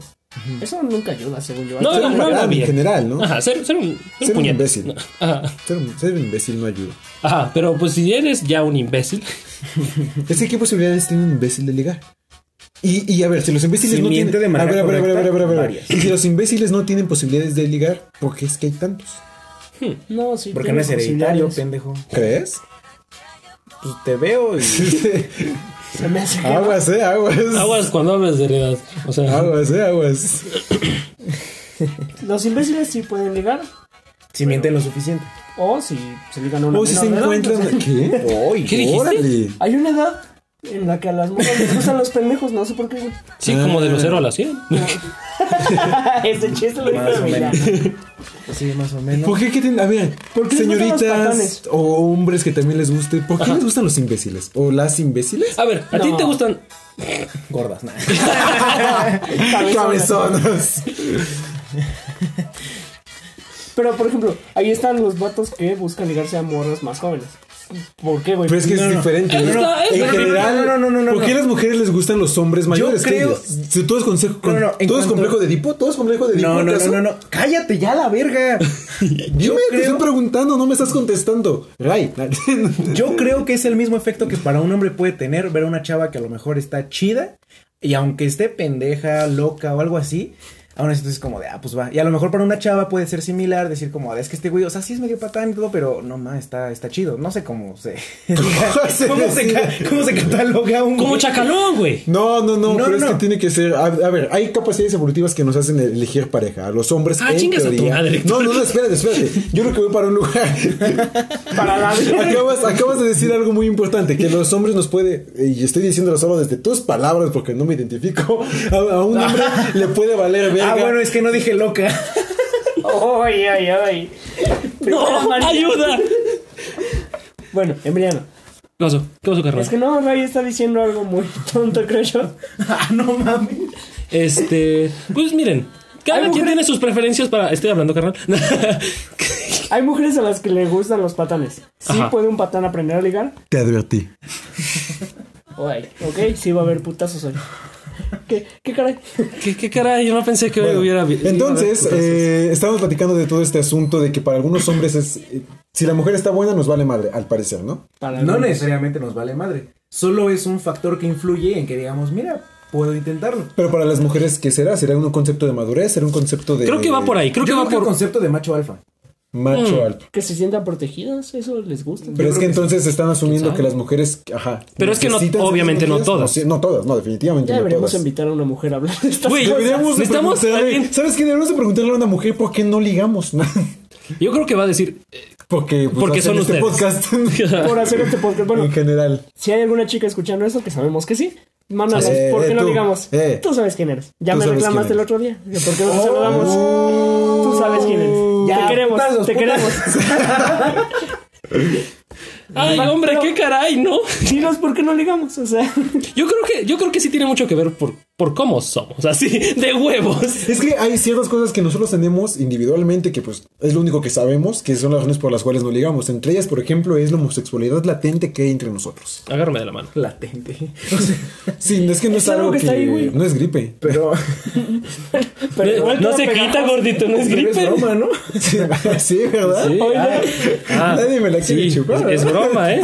Eso nunca ayuda, según yo. No, Ser no, un no, bacán. no. en bien. general, ¿no? Ajá, ser, ser un, ser Ser un puñete. imbécil. Ajá. Ser, un, ser un imbécil no ayuda. Ajá, pero pues si eres ya un imbécil, Es que qué posibilidades tiene un imbécil de ligar. Y, y a ver, si los imbéciles Si no miente tienen. de manera a ver, a ver, a ver, a ver, a ver, a ver. varias. Y si los imbéciles no tienen posibilidades de ligar, ¿por qué es que hay tantos? No, sí. Porque tiene no es hereditario, posibilidades. pendejo. ¿Crees? Pues te veo y. Se me hace que no. aguas, eh, aguas. aguas cuando hables de heredad. O sea, Aguas, eh, aguas. Los imbéciles sí pueden ligar. Si mienten lo suficiente. O si se ligan a una O si menor se de edad, o sea, encuentran. ¿Qué? Hoy. ¿Qué dijiste? Órale. Hay una edad en la que a las mujeres les gustan los pendejos, no sé por qué. güey. sí, como de los 0 a las 100. Ese chiste lo Más dijo o mi menos. nana. Pues Sí, más o menos. ¿Por qué que tienen- a ver, ¿Por qué les gustan los señoritas patanes? o hombres que también les guste, ¿por qué les gustan los imbéciles? ¿O las imbéciles? A ver, ¿a ti No. te gustan? Gordas, nada. Cabezonas. Pero, por ejemplo, ahí están los vatos que buscan ligarse a morras más jóvenes. ¿Por qué, güey? Pero es que No, es no. diferente. Eso ¿no? está- eso en está- general, no, no, no, no, ¿por qué no. las mujeres les gustan los hombres mayores? que creo- ellas? Si todo es consejo, No, no, no, en todo es cuanto- complejo de Edipo, todo es complejo de Edipo. No, no, no, ¿acaso? no, no. Cállate ya la verga. Yo me te creo- estoy preguntando, no me estás contestando. Ray. Yo creo que es el mismo efecto que para un hombre puede tener ver a una chava que a lo mejor está chida y aunque esté pendeja, loca o algo así, aún así tú dices como de, ah, pues va. Y a lo mejor para una chava puede ser similar, decir como, es que este güey, o sea, sí es medio patán y todo, pero no, ma, está, está chido. No sé cómo se... ¿Cómo se ¿Cómo, se decide? ca- cómo se cataloga un Como güey? chacalón, güey. No, no, no, No, pero no, es que no. tiene que ser. A, a ver, hay capacidades evolutivas que nos hacen elegir pareja. A los hombres. Ah, en chingas a tu teoría- madre. No, no, no, espérate, espérate. Yo creo que voy para un lugar. Para la Acabas, acabas de decir algo muy importante, que los hombres nos puede, eh, y estoy diciéndolo solo desde tus palabras porque no me identifico, a, a un hombre le puede valer verga. Ah, bueno, es que no dije loca. ¡Ay, ay, ay! Primera ¡No! manía. ¡Ayuda! Bueno, Emiliano. ¿Qué pasó? ¿Qué pasó, carnal? Es que no, Ray está diciendo algo muy tonto, creo yo. ah, no mames. Este, pues miren, cada Hay quien mujeres- tiene sus preferencias para. Estoy hablando, carnal. Hay mujeres a las que le gustan los patanes. ¿Sí Ajá. puede un patán aprender a ligar? Te advertí. Ay, ok, sí va a haber putazos hoy. ¿Qué, qué caray? ¿Qué, qué caray? Yo no pensé que Bueno, hubiera. entonces, eh, estábamos platicando de todo este asunto de que para algunos hombres es... eh, si la mujer está buena, nos vale madre, al parecer, ¿no? Para No algunos. necesariamente nos vale madre. Solo es un factor que influye en que digamos, mira, puedo intentarlo. Pero para las mujeres, ¿qué será? ¿Será un concepto de madurez? ¿Será un concepto de... Creo que va por ahí. Creo Yo que creo va que el por. concepto de macho alfa. Macho alto. Que se sientan protegidas, eso les gusta. Pero es que entonces están asumiendo que las mujeres, ajá. Pero es que no- necesitan ser obviamente no protegidas, todas. sí, No, todas, no, definitivamente Ya no deberíamos todas. invitar a una mujer a hablar de estas Güey, cosas. Deberíamos de Necesitamos preguntarle- alguien- ¿Sabes qué? Deberíamos de preguntarle a una mujer por qué no ligamos. Yo creo que va a decir. eh, Porque, pues, Porque hacen son este ustedes. podcast Por hacer este podcast. Bueno, en general. si hay alguna chica escuchando eso, que sabemos que sí, mándanos. Eh, ¿Por qué eh, no tú, digamos? eh. tú sabes quién eres. Ya Tú me sabes reclamaste quién el eres. Oh. otro día. que ¿Por qué no te saludamos? Tú sabes quién eres. Ya, te queremos, putas, los te putas. queremos. Ay, hombre, qué caray, ¿no? Dinos por qué no ligamos. O sea, Yo creo que, yo creo que sí tiene mucho que ver por, por cómo somos, así, de huevos. Es que hay ciertas cosas que nosotros tenemos individualmente que pues es lo único que sabemos, que son las razones por las cuales no ligamos. Entre ellas, por ejemplo, es la homosexualidad latente que hay entre nosotros. Agárrame de la mano. Latente. Sí, es que no es, algo algo que que, está ahí, güey. no es gripe. pero, pero igual no todo se quita, pegajoso. gordito, no es pero es gripe. broma, ¿no? sí, ¿verdad? Oiga, Ah, Nadie me la quiere sí, chupar, Es, es ¿no? broma, ¿eh?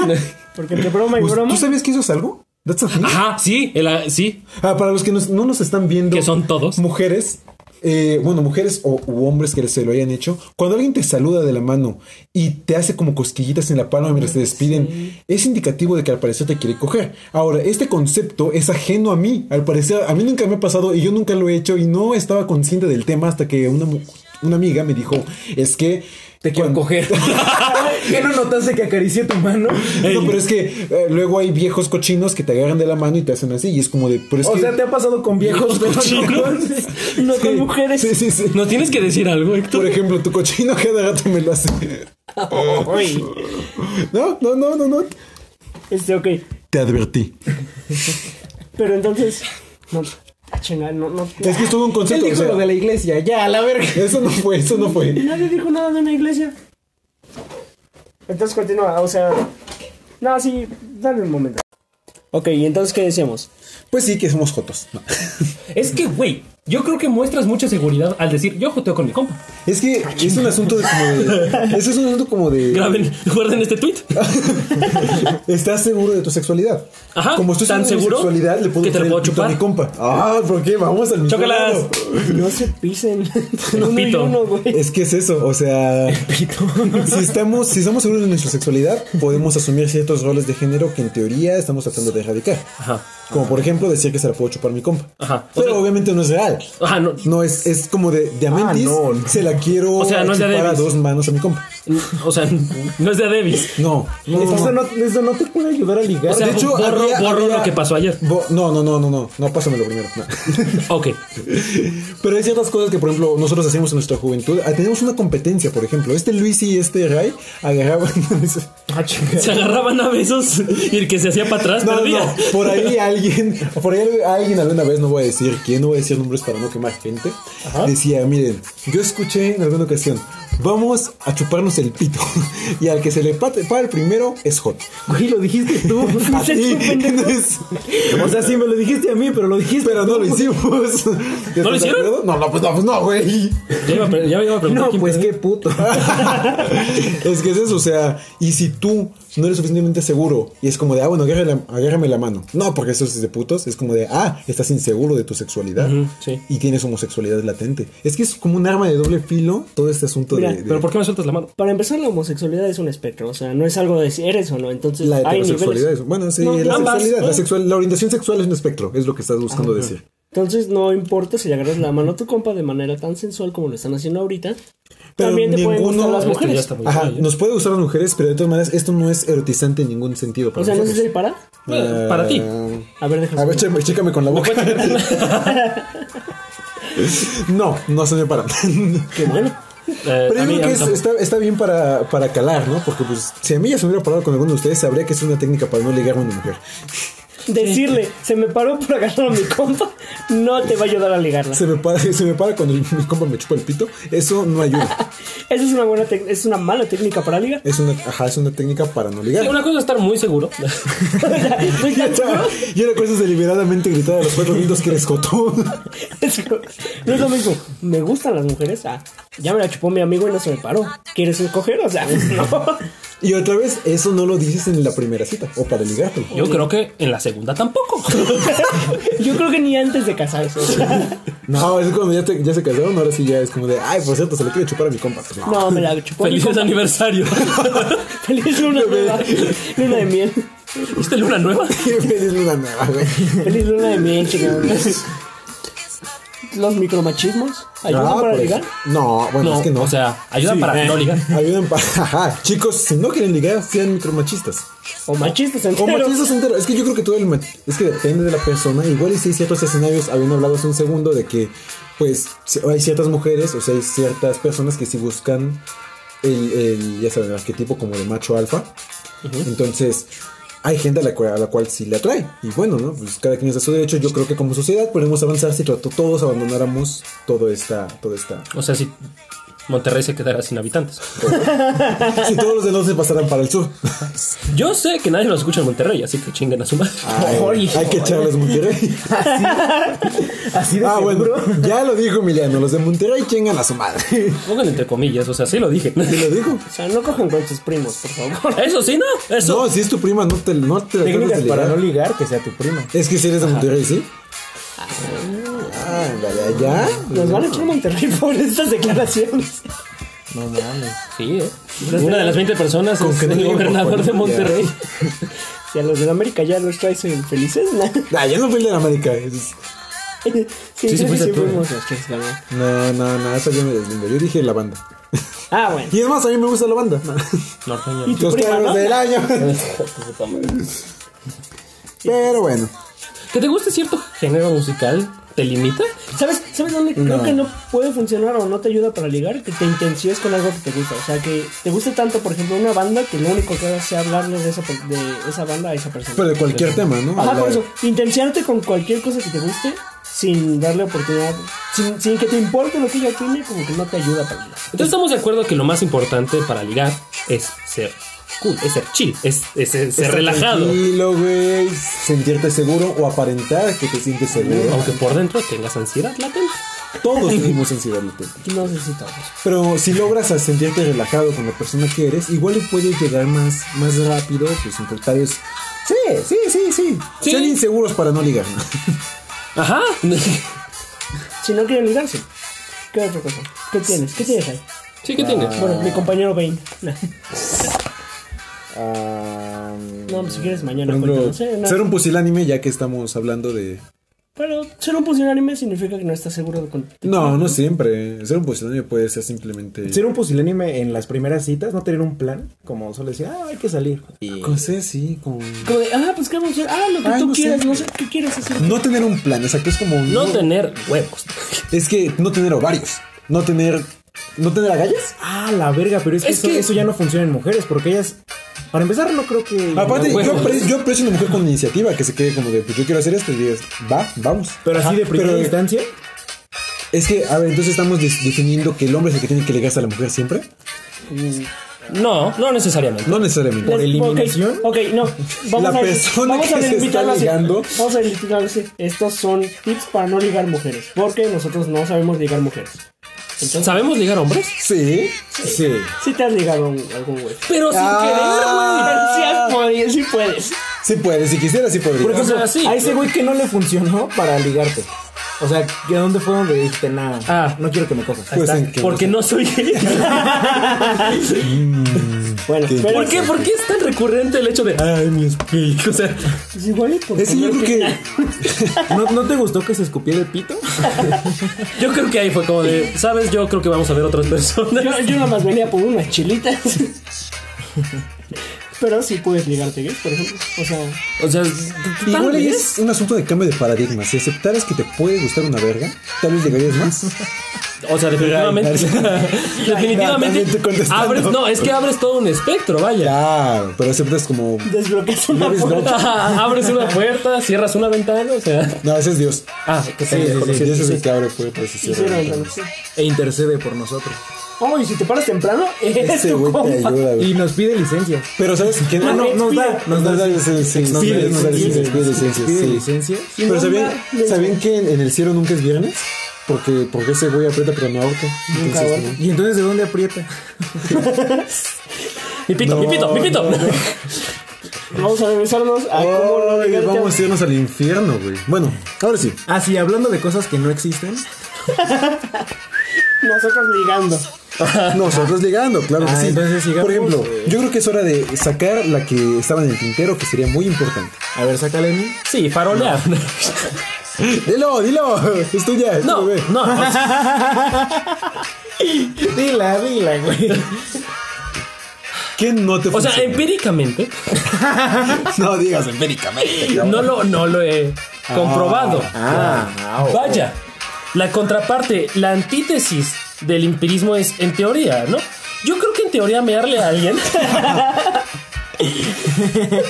porque entre broma y Pues, broma. ¿Tú sabías que eso es algo? That's a thing. Ajá, sí, el- sí. Ah, para los que nos- no nos están viendo, Que son todos. mujeres, eh, bueno, mujeres o u hombres que se lo hayan hecho, cuando alguien te saluda de la mano y te hace como cosquillitas en la palma mientras te despiden, es indicativo de que al parecer te quiere coger. Ahora, este concepto es ajeno a mí, al parecer a mí nunca me ha pasado y yo nunca lo he hecho y no estaba consciente del tema hasta que una, mu- una amiga me dijo, es que... Te quiero cuando- coger. ¿Qué no notaste que acaricié tu mano? No, pero es que eh, luego hay viejos cochinos que te agarran de la mano y te hacen así y es como de... Pero es O que- sea, te ha pasado con viejos cochinos. No Sí, con mujeres. Sí, sí, sí. ¿No tienes que decir algo, Por Héctor? ejemplo, tu cochino cada rato me lo hace. Ay, No, no, no, no, no. este, ok. Te advertí. Pero entonces. No, ah, chinga, no, no. Es que es todo un Él concepto. o dijo sea, lo de la iglesia, ya, a la verga. Eso no fue, eso no fue. Nadie dijo nada de una iglesia. Entonces continúa, o sea. No, sí, dale un momento. Ok, ¿y entonces qué decíamos? Pues sí, que somos jotos. No. Es que, güey, yo creo que muestras mucha seguridad al decir, yo joteo con mi compa. Es que es un asunto de como de. Ese es un asunto como de. Graben, guarden este tweet. ¿Estás seguro de tu sexualidad? Ajá, Como estoy ¿tan seguro de mi seguro sexualidad, le puedo que te lo meter puedo el pito a chupar? mi compa. Ah, ¿por qué? Vamos al mismo Chócalas. lado. No se pisen. Los uno y pito. uno, güey. Es que es eso, o sea, si estamos, si estamos seguros de nuestra sexualidad, podemos asumir ciertos roles de género que en teoría estamos tratando de erradicar. Ajá. Como por ejemplo decir que se la puedo chupar mi compa. Ajá. Pero O sea- obviamente no es real. Ajá, no. No, es, es como de, de Amentis, Ah, no. se la quiero O sea, no es de chupar a Adebis. dos manos a mi compa. O sea, no es de Adebis. No, no, no, Eso no. no, eso no te puede ayudar a ligar. O sea, de hecho, borro, habría- borro habría- lo que pasó ayer. Bo- no, no, no, no, no, no, pásamelo primero. no. Ok. Pero hay ciertas cosas que, por ejemplo, nosotros hacemos en nuestra juventud. Ah, Tenemos una competencia, por ejemplo. Este Luis y este Ray agarraban. Ah, Se agarraban a besos y el que se hacía para atrás No, no, perdía. no, por ahí alguien, por ahí alguien alguna vez, no voy a decir quién, no voy a decir nombres para no quemar gente, decía, miren, yo escuché en alguna ocasión, vamos a chuparnos el pito, y al que se le pate- para el primero es hot. Güey, lo dijiste tú. A ti, entonces, O sea, sí, me lo dijiste a mí, pero lo dijiste. pero no lo hicimos. ¿No lo hicieron? No, no, pues no, pues no, güey. Ya iba a, pre- ya iba a preguntar No, quién pues perdió. qué puto. es que es eso, o sea, y si tú no eres suficientemente seguro y es como de, ah, bueno, agárrame la, agárrame la mano. No, porque eso es de putos, es como de, ah, estás inseguro de tu sexualidad Ujú, sí. y tienes homosexualidad latente. Es que es como un arma de doble filo todo este asunto Mira, de, de ¿Pero por qué me sueltas la mano? Para empezar, la homosexualidad es un espectro, o sea, no es algo de si eres o no. Entonces, la hay heterosexualidad. niveles. eso. Bueno, sí, No, la ambas, sexualidad, la, ¿no? sexual- la orientación sexual es un espectro, es lo que estás buscando decir. Entonces, no importa si le agarras la mano a tu compa de manera tan sensual como lo están haciendo ahorita. Pero también te pueden ninguno- Este, gustar las Esto Esto ya mujeres. está muy Ajá, mal, ¿eh? nos puede gustar las mujeres, pero de todas maneras esto no es erotizante en ningún sentido. para O sea, no se nosotros. separa. Bueno, Para ti. Eh, A ver, déjame. A ver, chécame, chécame con la boca. No, no se me para. qué bueno. Eh, Pero a yo mí- creo que a mí es- este- tampoco. está, está bien para, para calar, ¿no? Porque pues si a mí ya se me hubiera parado con alguno de ustedes, sabría que es una técnica para no ligarme a una mujer. Decirle, se me paró por agarrar a mi compa, no te va a ayudar a ligarla. Se me para, se me para cuando mi compa me chupa el pito, eso no ayuda. Esa es una buena tec- es una mala técnica para ligar. Es una, ajá, es una técnica para no ligar. Sí, Una cosa es estar muy seguro. Estoy tan seguro. Y una cosa es deliberadamente gritar a los cuatro lindos que eres jotón. Es lo- No es lo mismo. Me gustan las mujeres. Ah, ya me la chupó mi amigo y no se me paró. ¿Quieres escoger? O sea, no. Y otra vez, eso no lo dices en la primera cita o para ligártelo. Yo creo que en la segunda tampoco. Yo creo que ni antes de casarse. o sea. No, es cuando ya, te- ya se casaron, ahora sí ya es como de, ay, por cierto, se le quiere chupar a mi compa. Pues no. No, me la chupó. mi Feliz compa. aniversario. Feliz luna nueva. Luna de miel. ¿Viste luna nueva? Feliz luna nueva, güey. Feliz luna de miel, chingados. Los micromachismos ayudan Ah, para pues, ligar. No, bueno, No, es que no. Eh. o sea, ayuda para no ligar. Ayuden para. Ajá, chicos, si no quieren ligar, sean micromachistas. O machistas O enteros. machistas enteros. Es que yo creo que todo el. ma- Es que depende de la persona. Igual y sí, ciertos escenarios. Habiendo hablado hace un segundo de que, pues, si- hay ciertas mujeres, o sea, hay ciertas personas que sí buscan el, el, ya saben, el arquetipo como de macho alfa. Entonces. Hay gente a la, cual, a la cual sí le atrae. Y bueno, ¿no? Pues cada quien está a su derecho. Yo creo que como sociedad podemos avanzar si trato- todos abandonáramos toda esta, toda esta O sea, si Monterrey se quedara sin habitantes. Si todos los de norte pasaran para el sur. Yo sé que nadie nos escucha en Monterrey, así que chinguen a su madre. Ay, hay que echarles Monterrey. Así de Ah, bueno, seguro. ya lo dijo Emiliano. Los de Monterrey chingan a su madre. Pongan entre comillas, o sea, sí lo dije. ¿Te lo dijo? O sea, no cojan con sus primos, por favor. Eso sí, ¿no? Eso. No, si es tu prima, no te, no te la trates Técnicas de para no ligar. ligar que sea tu prima. Es que si eres de Monterrey, ¿sí? la de allá. Nos van a echar a Monterrey por estas declaraciones. No mames. Sí, ¿eh? Una de las 20 personas Con es que no el llegue gobernador por de cualquier Monterrey. Si a los de América ya los traes en felices, ¿no? Ah, yo no fui de la América. es- Sí, sí, sí, fuiste tú. fuimos los que se ganó. No, no, no, eso yo me deslindo. Yo dije la banda. Ah, bueno. Y además a mí me gusta la banda. Norteño. Y tu Los prima, perros ¿no? del año. Pero bueno. ¿Que te guste cierto género musical? ¿Te limita? ¿Sabes, ¿Sabes dónde creo que no puede funcionar o no te ayuda para ligar? Que te intencies con algo que te gusta. O sea, que te guste tanto, por ejemplo, una banda que lo único que hagas sea hablarle de esa, pe- de esa banda a esa persona. Pero de cualquier tema, ¿no? Ajá, Hablar- por eso. Intenciarte con cualquier cosa que te guste sin darle oportunidad. Sin, sin que te importe lo que ella opine, como que no te ayuda para ligar. Entonces estamos de acuerdo que lo más importante para ligar es ser cool, es ser chill, es, es- es ser Estar relajado. Tranquilo, güey. Sentirte seguro o aparentar que te sientes seguro. Aunque por dentro tengas ansiedad latente. Todos tenemos ansiedad latente. No necesitamos. Pero si logras a sentirte relajado con la persona que eres, igual le puedes llegar más, más rápido, pues sin tratar es- Sí, sí, sí, sí. Sí. Sean inseguros para no ligar. ¿no? Ajá. Si no quieren ligarse, ¿qué otra cosa? ¿Qué tienes? ¿Qué tienes ahí? Sí, ¿qué tienes? Bueno, mi compañero Bane. No, Ah, no, pues, si quieres mañana. por ejemplo, cuéntanos, eh, no. ser un pusilánime, ya que estamos hablando de. Pero ser un pusilánime significa que no estás seguro de con... No, no siempre. Ser un pusilánime puede ser simplemente. Ser un pusilánime en las primeras citas, no tener un plan, como solo decir, ah, hay que salir. Y- No sé, sí, como. Como de, ah, pues qué vamos a hacer. Ah, lo que Ay, tú no sé. quieras, no sé qué quieres hacer. No tener un plan, o sea, que es como. No tener huevos. Es que no tener ovarios. No tener. No tener agallas. Ah, la verga, pero es que, Es eso, que- eso ya no funciona en mujeres, porque ellas, para empezar, no creo que... Ah, Aparte, No, yo, huevos. apre- yo aprecio a una mujer con iniciativa que se quede como de, pues yo quiero hacer esto y digas, va, vamos. pero así Ajá, de primera pero instancia, Es que, a ver, entonces estamos des- definiendo que el hombre es el que tiene que ligarse a la mujer siempre. No, no necesariamente. No necesariamente. Por eliminación? Ok, no. Vamos La a, persona vamos a que se está delimitarlo así. ligando. Vamos a delimitarlo así. Estos son tips para no ligar mujeres. Porque nosotros no sabemos ligar mujeres. ¿Sabemos ligar hombres? Sí, sí. Si te has ligado a un- a algún güey. Pero sin Si has podido, si puedes. Sí puede, si quisiera, sí podría. por ejemplo, sea, sí. a ese güey que no le funcionó para ligarte. O sea, ¿de dónde fue donde dijiste, nada, Ah. no quiero que me cojas? pues querer, en güey. que Porque no soy gay. Bueno, ¿Qué? pero ¿Por qué? ¿Por qué es tan recurrente el hecho de ay, mi gay? O sea, Pues igual y por Es que yo creo comerte- que. ¿No, ¿No te gustó que se escupiera el pito? yo creo que ahí fue como de, sabes, yo creo que vamos a ver otras personas. Yo, yo nada más venía por unas chilitas. Pero sí puedes ligarte gay, por ejemplo. O sea, O sea, tal Igual ahí vez. es un asunto de cambio de paradigma. Si aceptaras que te puede gustar una verga, tal vez llegarías más. O sea, definitivamente. Realmente definitivamente. contestando. Abres, no, es que abres todo un espectro, vaya. Claro, pero aceptas como. desbloqueas una No eres puerta. abres una puerta, cierras una ventana, o sea. No, ese es Dios. Ah, que Sí, sí, sí, Dios es el sí. que abre puertas y Sí, cierra sí, era ventanas. sí. E intercede por nosotros. Oh, y si te paras temprano, eres Este tu güey te compa. ayuda, güey. Y nos pide licencia. Pero ¿sabes qué? Ah, no, nos da, nos da, licencia. Nos da Pide nos da licencia. licencia. pide licencia, Pide sí. licencia. Pero no ¿sabían, mames. ¿sabían que en, en el cielo nunca es viernes? Porque, porque ese güey aprieta pero no ahorca. Nunca Entonces, ahorca. ¿Y entonces de dónde aprieta? Mi pito, mi pito, mi pito. Vamos a regresarnos a cómo no Ay, ligarte. vamos a irnos al infierno, güey. Bueno, ahora sí. Ah, sí, hablando de cosas que no existen. Nosotros ligando. Nosotros llegando, claro que Ah, sí. entonces sigamos, Por ejemplo, eh. yo creo que es hora de sacar la que estaba en el tintero, que sería muy importante. A ver, sácale mí. Sí, farolear. Dilo, dilo, es tuya. es No, tu bebé. no, o sea, Dila, dila, güey. ¿Qué no te o sea, funciona? empíricamente no digas empíricamente. cabrón. no lo, no lo he comprobado. Ah, Vaya, la contraparte, la antítesis del empirismo es en teoría, ¿no? Yo creo que en teoría mearle a alguien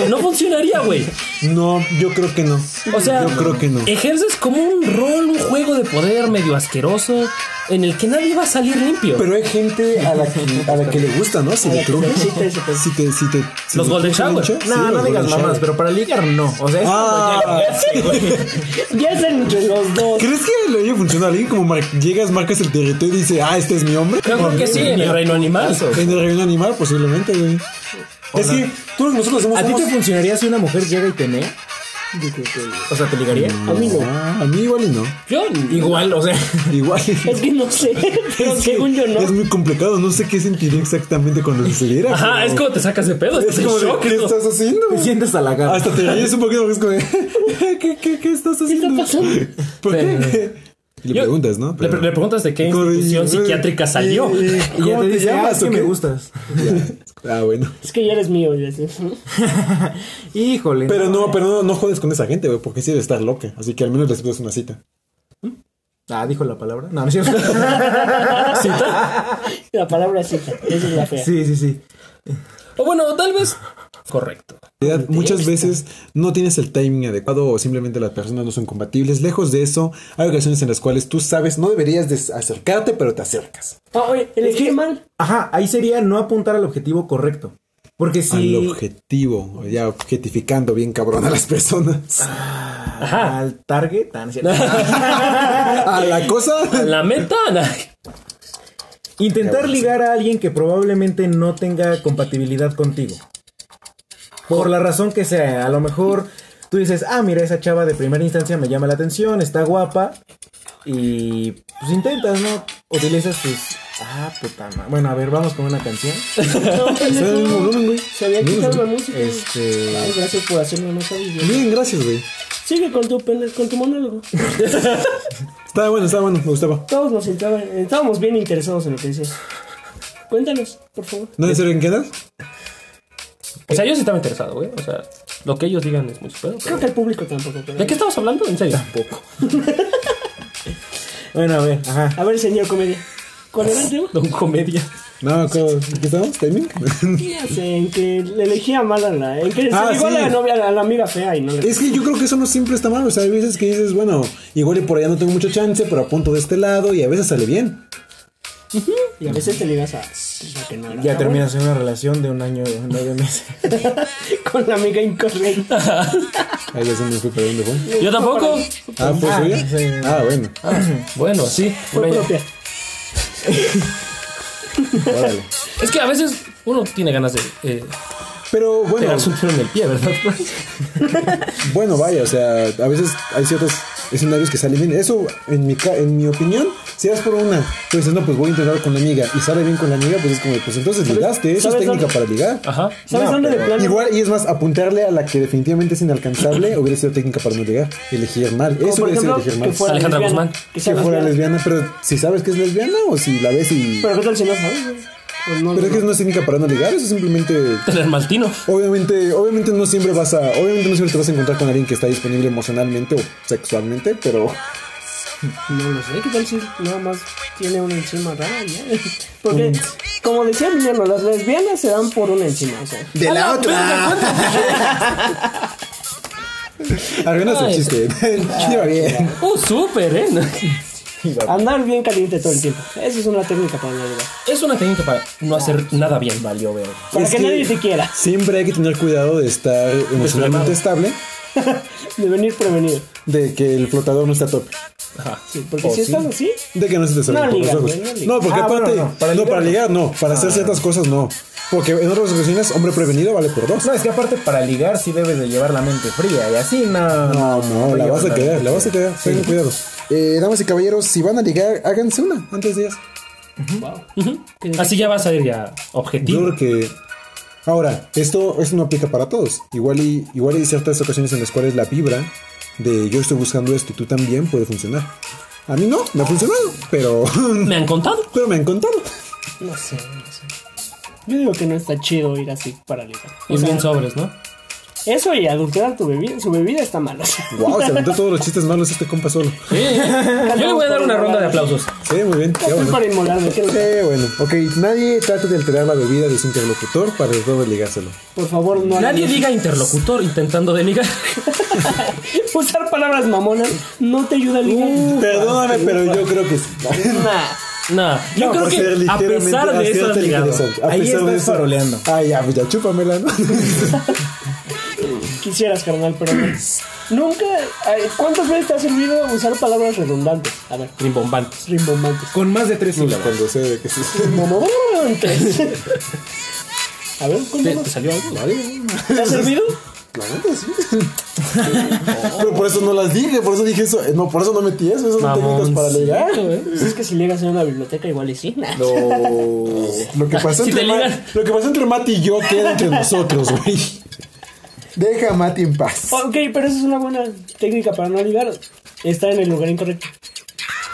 no funcionaría, güey. No, yo creo que no. O sea, yo creo que no. ejerces como un rol, un juego de poder medio asqueroso en el que nadie va a salir limpio. Pero hay gente a la que, a la que le gusta, ¿no? Si le truca. Sí, te- sí, te- Si te, si te, si Los te Golden truca Shower. mucho. Sí, No, no los digas Golden mamás, Shower. pero para ligar no. O sea, es Ah. cuando ya llegaste, güey. Ya es entre los dos. ¿Crees que le haya funcionado a alguien como mar- llegas, marcas el territorio y dice, ah, este es mi hombre? Yo creo que sí, en el reino animal. En el reino animal, posiblemente, güey. Es que tú, nosotros somos. ¿A ti te funcionaría si una mujer llega y te mea? Yo creo que- O sea, ¿te ligaría? A mí no. Ah, a mí igual y no. Yo Igual, o sea. Igual. Es que no sé, pero según yo no. Es muy complicado, no sé qué sentiría exactamente cuando sucediera. Ajá, es como te sacas de pedo, Es estás en como de, shock. ¿qué ¿no? Pues estás haciendo? Te sientes halagado. Hasta te ríes un poquito porque es como de, ¿qué, qué, qué estás haciendo? pasando? ¿Por qué? Pero- Y le Yo- preguntas, ¿no? Le, Pero- le preguntas de qué Como de- institución y- psiquiátrica salió. y- y- Y ya ¿Cómo te te dice, ah, llamas es o que me qué? gustas. Ah, bueno. Es que ya eres mío. ya sé. Híjole. Pero no, pero no, no jodes con esa gente, güey, porque sí debe estar loca. Así que al menos les pides una cita. Ah, dijo la palabra. No, no es cierto. La palabra es cita. Esa es la fea. sí, sí, sí. O bueno, tal vez. Correcto. En realidad, Muchas veces no tienes el timing adecuado o simplemente las personas no son compatibles. Lejos de eso, hay ocasiones en las cuales tú sabes, no deberías de acercarte, pero te acercas. Ah, oye, Es elegí que- mal. Ajá, ahí sería no apuntar al objetivo correcto. Porque si. Al objetivo, ya objetificando bien cabrón a las personas. Ajá. Al target, tan cierto. A la cosa. La meta. Intentar ligar a alguien que probablemente no tenga compatibilidad contigo. Por la razón que sea, a lo mejor tú dices, ah, mira, esa chava de primera instancia me llama la atención, está guapa. Y pues intentas, ¿no? Utilizas tus... Ah, puta madre. Bueno, a ver, vamos con una canción. No, Sube el volumen, güey. Eh, Se había quitado la música. Este... Ay, gracias por hacerme no sabía. Bien, gracias, güey. Sigue con tu, pende- con tu monólogo. Estaba bueno, estaba bueno, me gustaba. Todos nos entraban- estábamos bien interesados en lo que decías. Cuéntanos, por favor. ¿No en serio en qué andas? O sea, yo sí estaba interesado, güey. O sea, lo que ellos digan es muy su pedo. Creo pero- que el público tampoco. pero- ¿De qué estamos hablando? En serio. Bueno, a ver, ajá. A ver, señor comedia. ¿Cuál era el tema? De un comedia. No, ¿cómo- ¿en qué estamos? ¿Timing? En que le elegía mal a la. En que se Ah, ligó a, la sí. novia, a la amiga fea y no le. Es que yo creo que eso no siempre está mal. O sea, hay veces que dices, bueno, igual y por allá no tengo mucho chance, pero apunto de este lado y a veces sale bien. Y a veces te ligas a. pues, la que no era Ya la terminas en una relación de un año, nueve meses. buena. Con la amiga incorrecta. Ahí ya se me fue, pero ¿dónde fue? Yo tampoco. Ah, ¿fue Ah, suya? sí. Ah, bueno. Bueno, sí. Fue Bueno, propia. Órale. Es que a veces uno tiene ganas de eh, Pero bueno, pegarse un tiro en el pie, ¿verdad? bueno, vaya, o sea, a veces hay ciertos escenarios que salen bien. Eso, en mi, ca- en mi opinión, si vas por una, tú dices, no, pues voy a intentar con la amiga y sale bien con la amiga, pues es como, pues entonces ligaste, eso es sabes técnica dónde- para ligar. Ajá. ¿Sabes No, dónde de pero plano? Igual, y es más, apuntarle a la que definitivamente es inalcanzable hubiera sido técnica para no llegar. Elegir mal. Como, Eso por hubiera sido ejemplo, elegir que mal. fuera Alejandra lesbiana, Guzmán. Que Que sea fuera lesbiana. lesbiana, pero si sabes que es lesbiana o si la ves y. Pero, Pero qué tal si no sabes, güey? Pues no, es que eso no es técnica para no ligar, eso es simplemente. Tener maltino. Obviamente, obviamente no siempre vas a. Obviamente no siempre te vas a encontrar con alguien que está disponible emocionalmente o sexualmente, pero. No lo sé, ¿qué tal si nada más tiene una enzima rara y ya? Porque, como decía Emiliano, las lesbianas se dan por una enzima, o sea. ¡De la otra! Arruinas el Ay. chiste. Lleva bien. Oh, súper, ¿eh? Andar bien caliente todo el tiempo. Esa es una técnica para la vida. Es una técnica para no hacer nada bien. Valió ver. Para Es que, que- nadie te quiera. Siempre hay que tener cuidado de estar emocionalmente estable, De venir prevenido. de que el flotador no está a tope. Ajá. Sí, Oh, porque si estás así, De que no se te salen por No los ligas, ojos. güey, no ligas. No, porque Ah, aparte. bueno, no, Ah. no, para ligar para no. ligar no. Para hacer ciertas cosas no. Porque en otras ocasiones, hombre prevenido vale por dos. No, es que aparte para ligar sí debes de llevar la mente fría y así no. No, no, la llevas vas a quedar, mente la vas a fría. quedar. Tengan cuidado. Eh, damas y caballeros, si van a ligar, háganse una antes de ellas. Así ya vas a ir ya Yo objetivo. creo que. Ahora, esto, esto no aplica para todos. Igual, y, igual hay ciertas ocasiones en las cuales la vibra de yo estoy buscando esto y tú también puede funcionar. A mí no, me ha funcionado, pero, Me han contado. pero me han contado. no sé, no sé. Yo digo que no está chido ir así para ligar. O Y sea, bien sobres, ¿no? eso y adulterar tu bebida, su bebida está mal. o sea. Wow, se aventó todos los chistes malos este compa solo. Sí. Yo le voy a dar una ronda de aplausos. Sí, muy bien. Qué Estoy bueno. para inmolarme, quiero- Sí, bueno. Ok, nadie trate de alterar la bebida de su interlocutor para tratar de ligárselo. Por favor, no hagan Nadie eso. diga interlocutor intentando deligar. Usar palabras mamonas no te ayuda a ligar. Uh, Ah, Perdóname, pero yo creo que sí. Nah. No, yo creo por ser que a ligeramente- pesar de eso ser has ligado. interesante. Ahí pesar estás faroleando. Ah, ya, pues ya, chúpamela, ¿no? Quisieras, carnal, pero no. Nunca. eh, ¿Cuántas veces te ha servido usar palabras redundantes? A ver, Rimbombantes. rimbombantes. Con más de tres sílabas. Cuando sé de que sí. Rimbombantes. A ver, ¿Te, ¿cuántas te salió algo? ¿Te ha servido? La neta, sí. Pero por eso no las dije, por eso dije eso. Eh, No, por eso no metí eso. Esas son técnicas para ligar. Pues es que si llegas a una biblioteca, igual y sí. Nah. No. Lo que pasó Si entre, te Ma- ligan. lo que pasó entre Mati y yo queda entre nosotros, güey. Deja a Mati en paz. Ok, pero esa es una buena técnica para no ligar. Estar en el lugar incorrecto.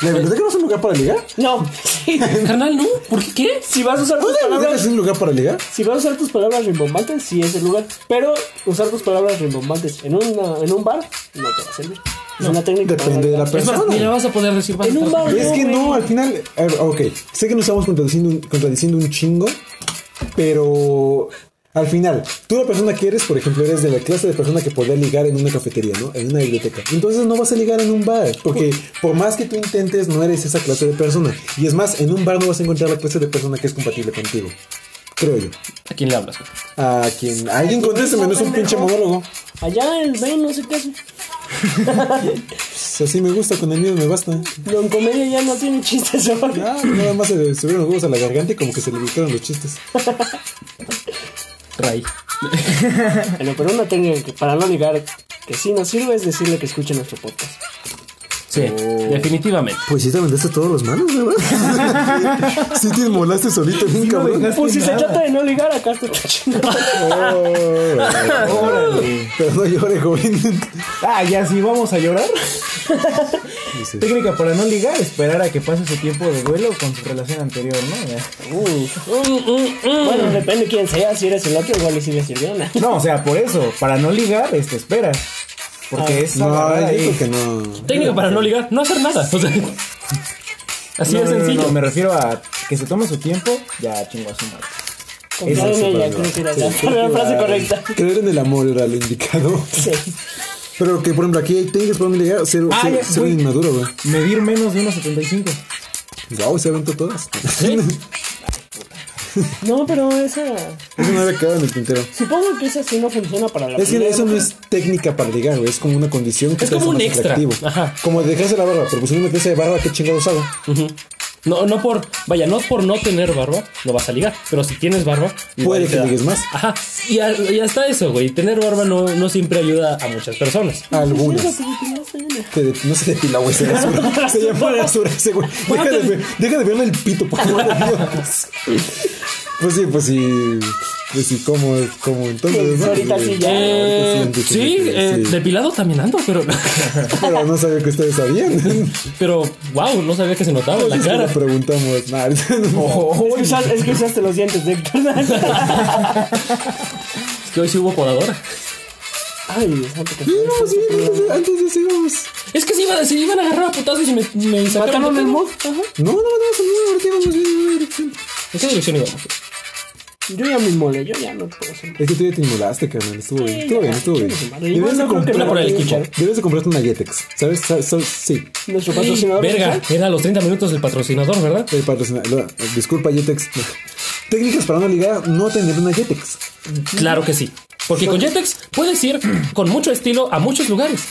¿La biblioteca no es un lugar para ligar? No. Carnal, ¿no? ¿Por qué qué? si vas a usar tus ¿La biblioteca es palabras. un lugar para ligar? Si vas a usar tus palabras rimbombantes, sí es el lugar. Pero usar tus palabras rimbombantes en, una, en un bar no te va a servir. Es una técnica. para Depende de la ligar. Es más, persona. ni la vas a poder decir. vas a En un estar- bar. Es que no, güey. al final. a ver, ok, sé que nos estamos contradiciendo un, contradiciendo un chingo, pero al final, tú la persona que eres, por ejemplo, eres de la clase de persona que podría ligar en una cafetería, ¿no? En una biblioteca. Entonces no vas a ligar en un bar, porque por más que tú intentes, no eres esa clase de persona. Y es más, en un bar no vas a encontrar la clase de persona que es compatible contigo. Creo yo. ¿A quién le hablas? A quien. a Alguien contésteme, no es un pinche monólogo. Allá el Ben no sé qué hace. Si así me gusta, con el mío me basta. Don Comedia ya no tiene chistes ahora. Ah, nada más se le subieron los huevos a la garganta y como que se le buscaron los chistes. Ray. Bueno, pero una técnica que para no ligar que sí nos sirve es decirle que escuche nuestro podcast. Sí, definitivamente. Pues sí te vendiste todos los manos, ¿verdad? sí te inmolaste solito, bien cabrón. Pues si se trata de no ligar, acá está. Oh, Órale. Pero no llores, joven. Ah, ya sí, vamos a llorar. Técnica para no ligar, esperar a que pase su tiempo de duelo con su relación anterior, ¿no? Ya. Bueno, depende quién sea, si eres el otro, igual y si le sirvió una. No, o sea, por eso, para no ligar, este, espera. Porque es No, agarrar yo Ah, ahí. digo que no. Técnica para no ligar, no hacer nada. O sea, así No, de no, no, no, sencillo. me refiero a que se tome su tiempo, ya chingo a su madre. Confiar en ella, creo que era la la frase correcta. Creer en el amor era lo indicado. Sí. Pero que, por ejemplo, aquí hay técnicas para no ligar. Cero, Ah, cero, ya, cero güey. inmaduro, güey. Medir menos de 1.75. Wow, se aventó todas. No, pero esa. Eso no había quedado en el tintero. Supongo que esa sí no funciona para la Es que primera eso no mujer. es técnica para ligar, güey. Es como una condición que Es te hace como un más extra. atractivo. Ajá. Como dejarse la barba, pero pues si no me crece de barba, ¿qué chingados hago? Ujú. No, no por, vaya, no por no tener barba, no vas a ligar. Pero si tienes barba, igual Puede te que da. ligues más. Ajá. Y, a- y hasta eso, güey. Tener barba no, no siempre ayuda a muchas personas. Algunas. Te de- no se depila, güey, se rasura. se llama rasura ese, güey. Deja de, ver- deja de verle el pito, por favor. Dios. Pues sí, pues sí. Pues sí, como, como entonces, Pues ¿no? ahorita sí ya. Eh, ahorita sí, sí, antes de- eh, sí. depilado también ando, pero, Pero no sabía que ustedes sabían. Pues pero wow, no sabía que se notaba en la Es que cara. le preguntamos. Nah, no. Es que, usas- es que usaste los dientes de Es que hoy sí hubo podadora. Ay, Dios santo, que Sí, no, sí, antes de- antes de decíamos. Es que se, iba, se iban a agarrar a putazos y me, me sacaron ¿Mataron de el pedo. mod? Ajá. No, no, no, no, ahorita íbamos bien en una dirección. ¿En qué dirección íbamos? Yo ya me inmolé, yo ya no puedo hacer. Es que tú ya te inmolaste, carnal. Estuvo bien, estuvo bien, estuvo bien. Chingue su madre. Debes Igual de no creo que Una comprar- por el escucha. debes de comprarte una Yetex. ¿Sabes? Sa- sa- Sí. Nuestro patrocinador. Verga, era a los 30 minutos del patrocinador, ¿verdad? El patrocinador. eh, Disculpa, Jetex. Técnicas para no ligar, no tener una Jetex. Claro que sí. Porque con Jetex puedes ir con mucho estilo a muchos lugares.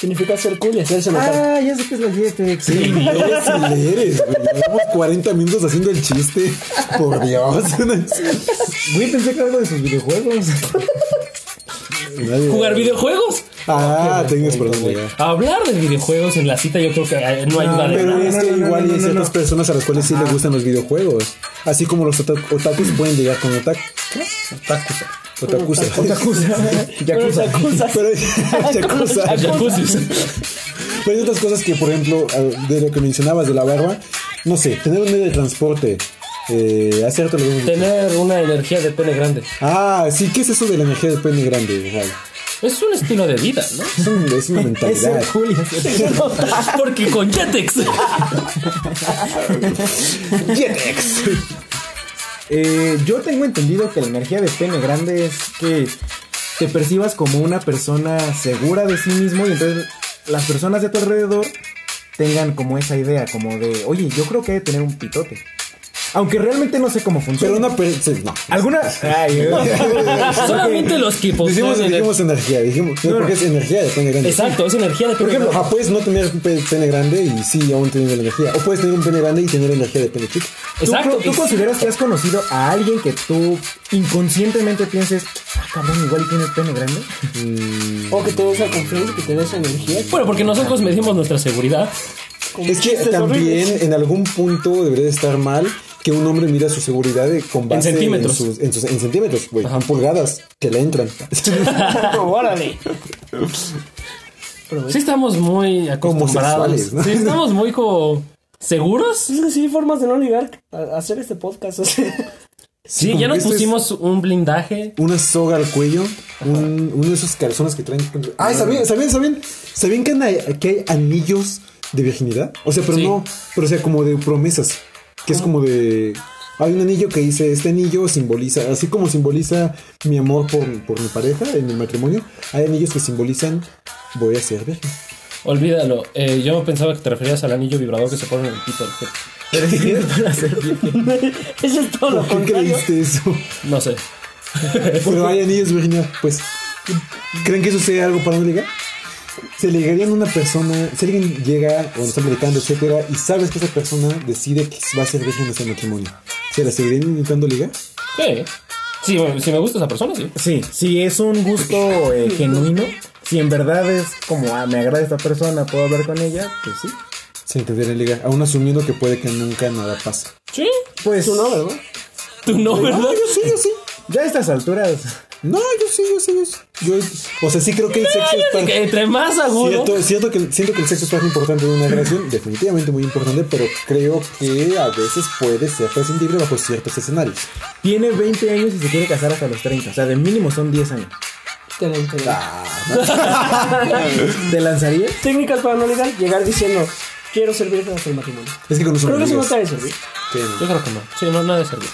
Significa ser cool y hacerse notar. Ah, ya sé que es la Yetex. Sí, eres, sí eres, güey. Llevamos 40 minutos haciendo el chiste. Por Dios. Güey, pensé que era algo de sus videojuegos. Nadie- Jugar videojuegos. Ah, técnicas para no ligar. Hablar de videojuegos en la cita, yo creo que eh, no hay duda de Ah, Pero nada. es que no, no, igual no, hay no, ciertas no. personas a las cuales sí les gustan los videojuegos. Así como los ota- otakus pueden ligar con otaku. Otakus. Otakus. Yakuza. Pero Yakuza. Jacuzzis. Pero hay otras cosas que, por ejemplo, a- de lo que mencionabas de la barba, no sé, tener un medio de transporte. Eh, hace rato lo vimos. Tener una energía de pene grande. Ah, sí, ¿qué es eso de la energía del pene grande? Ay, Es un estilo de vida, ¿no? Es, un- es una Es mentalidad. el Julio. Porque con Jetex. Eh, yo tengo entendido que la energía de pene grande es que te percibas como una persona segura de sí mismo y entonces las personas de tu alrededor tengan como esa idea, como de, oye, yo creo que he de tener un pitote. Aunque realmente no sé cómo Pero funciona. una per- sí, no. ¿Alguna? Ay, Solamente los que posean Dijimos, ener- dijimos energía, dijimos, no, porque es energía de pene grande. Exacto, es energía de Por pene ejemplo, grande. ah, puedes no tener un pe- pene grande y sí, aún teniendo la energía. O puedes tener un pene grande y tener energía de pene chico. ¿Tú, Exacto. ¿Tú es- consideras que has conocido a alguien que tú inconscientemente pienses, ah, Cabrón, igual y tiene el pene grande. O que te dé esa confianza, que te dé esa energía. Bueno, porque nosotros medimos nuestra seguridad. con Es que chistes también horribles. en algún punto debería de estar mal que un hombre mida su seguridad de- con base centímetros. En, sus- en sus- en centímetros, güey. En pulgadas que le entran. Órale. Sí estamos muy acostumbrados. Homosexuales, ¿no? Sí estamos muy como seguros. Es que sí hay formas de no ligar a- a hacer este podcast. o sea. Sí, como ya nos que esto Este es- pusimos un blindaje. Una soga al cuello. un- uno de esos calzones que traen. Ay, ¿sabían, sabían, sabían? ¿Sabían que hay, que hay anillos de virginidad? O sea, pero Sí. no. Pero o sea, como de promesas. Que es como de. Hay un anillo que dice, este anillo simboliza, así como simboliza mi amor por, por mi pareja en mi matrimonio, hay anillos que simbolizan, voy a ser virgen. Olvídalo. Eh, yo pensaba que te referías al anillo vibrador que se pone en el pito del jefe. Eso es todo lo ¿Por qué contrario. creíste eso? No sé. Pero hay anillos de virginidad, pues. ¿Creen que eso sea algo para no ligar? Se ligarían a una persona, si alguien llega o está meditando, etcétera, y sabes que esa persona decide que va a ser virgen de ese matrimonio, ¿se la seguirían intentando ligar? Sí. Sí, bueno, si me gusta esa persona, sí. Sí, si es un gusto eh, genuino, si en verdad es como, ah, me agrada esta persona, puedo hablar con ella, pues sí. Se intentarían ligar, aún asumiendo que puede que nunca nada pase. Sí. Pues Tú no, ¿verdad? Tú no, ¿verdad? Yo sí, yo sí. ya a estas alturas, No, yo sí, yo sí, yo sí. Yo- o sea, sí creo que el sexo es parte... Que Entre más agudo. Cierto, cierto que, siento que el sexo es parte importante de una relación, definitivamente muy importante, pero creo que a veces puede ser prescindible bajo ciertos escenarios. tiene 20 años y se quiere casar hasta los 30, o sea, de mínimo son 10 años. Te la entrego. Ah, ¿Te lanzarías? Técnicas para no ligar, llegar diciendo, quiero ser virgen hasta el matrimonio. Es que con los Creo que eso ¿eh? no amigos te ha de servir. tienen- Yo creo que no. Sí, no, nada de servir.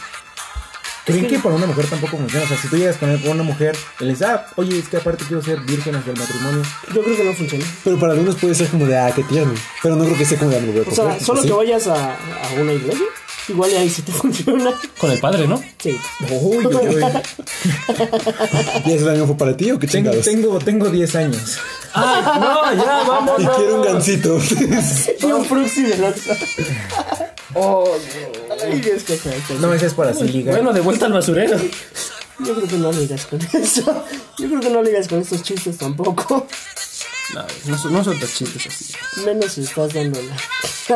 ¿Creen que para una mujer tampoco funciona? O sea, si tú llegas con una mujer y le dices, ah, oye, es que aparte quiero ser virgen hasta el matrimonio. Yo creo que no funciona. Pero para algunos puede ser como de, ah, qué tierno. Pero no creo que sea como de, ah, me lo voy a O sea, coger, solo ¿sí? que vayas a, a una iglesia, igual y ahí sí te funciona. Con el padre, ¿no? Sí. Uy, uy, uy. ¿Y eso también fue para ti o qué Tengo, chingados? tengo, tengo 10 años. No, ya, vamos. Y quiero un gancito. Y un fruxi del otro. Oh, no. Ay, Dios, qué feo, qué feo. No, esa es para sí ligar. Bueno, de vuelta al basurero. Yo creo que no ligas con eso. Yo creo que no ligas con estos chistes tampoco. No, no, son- no son tan chistes así. Menos si estás dando la,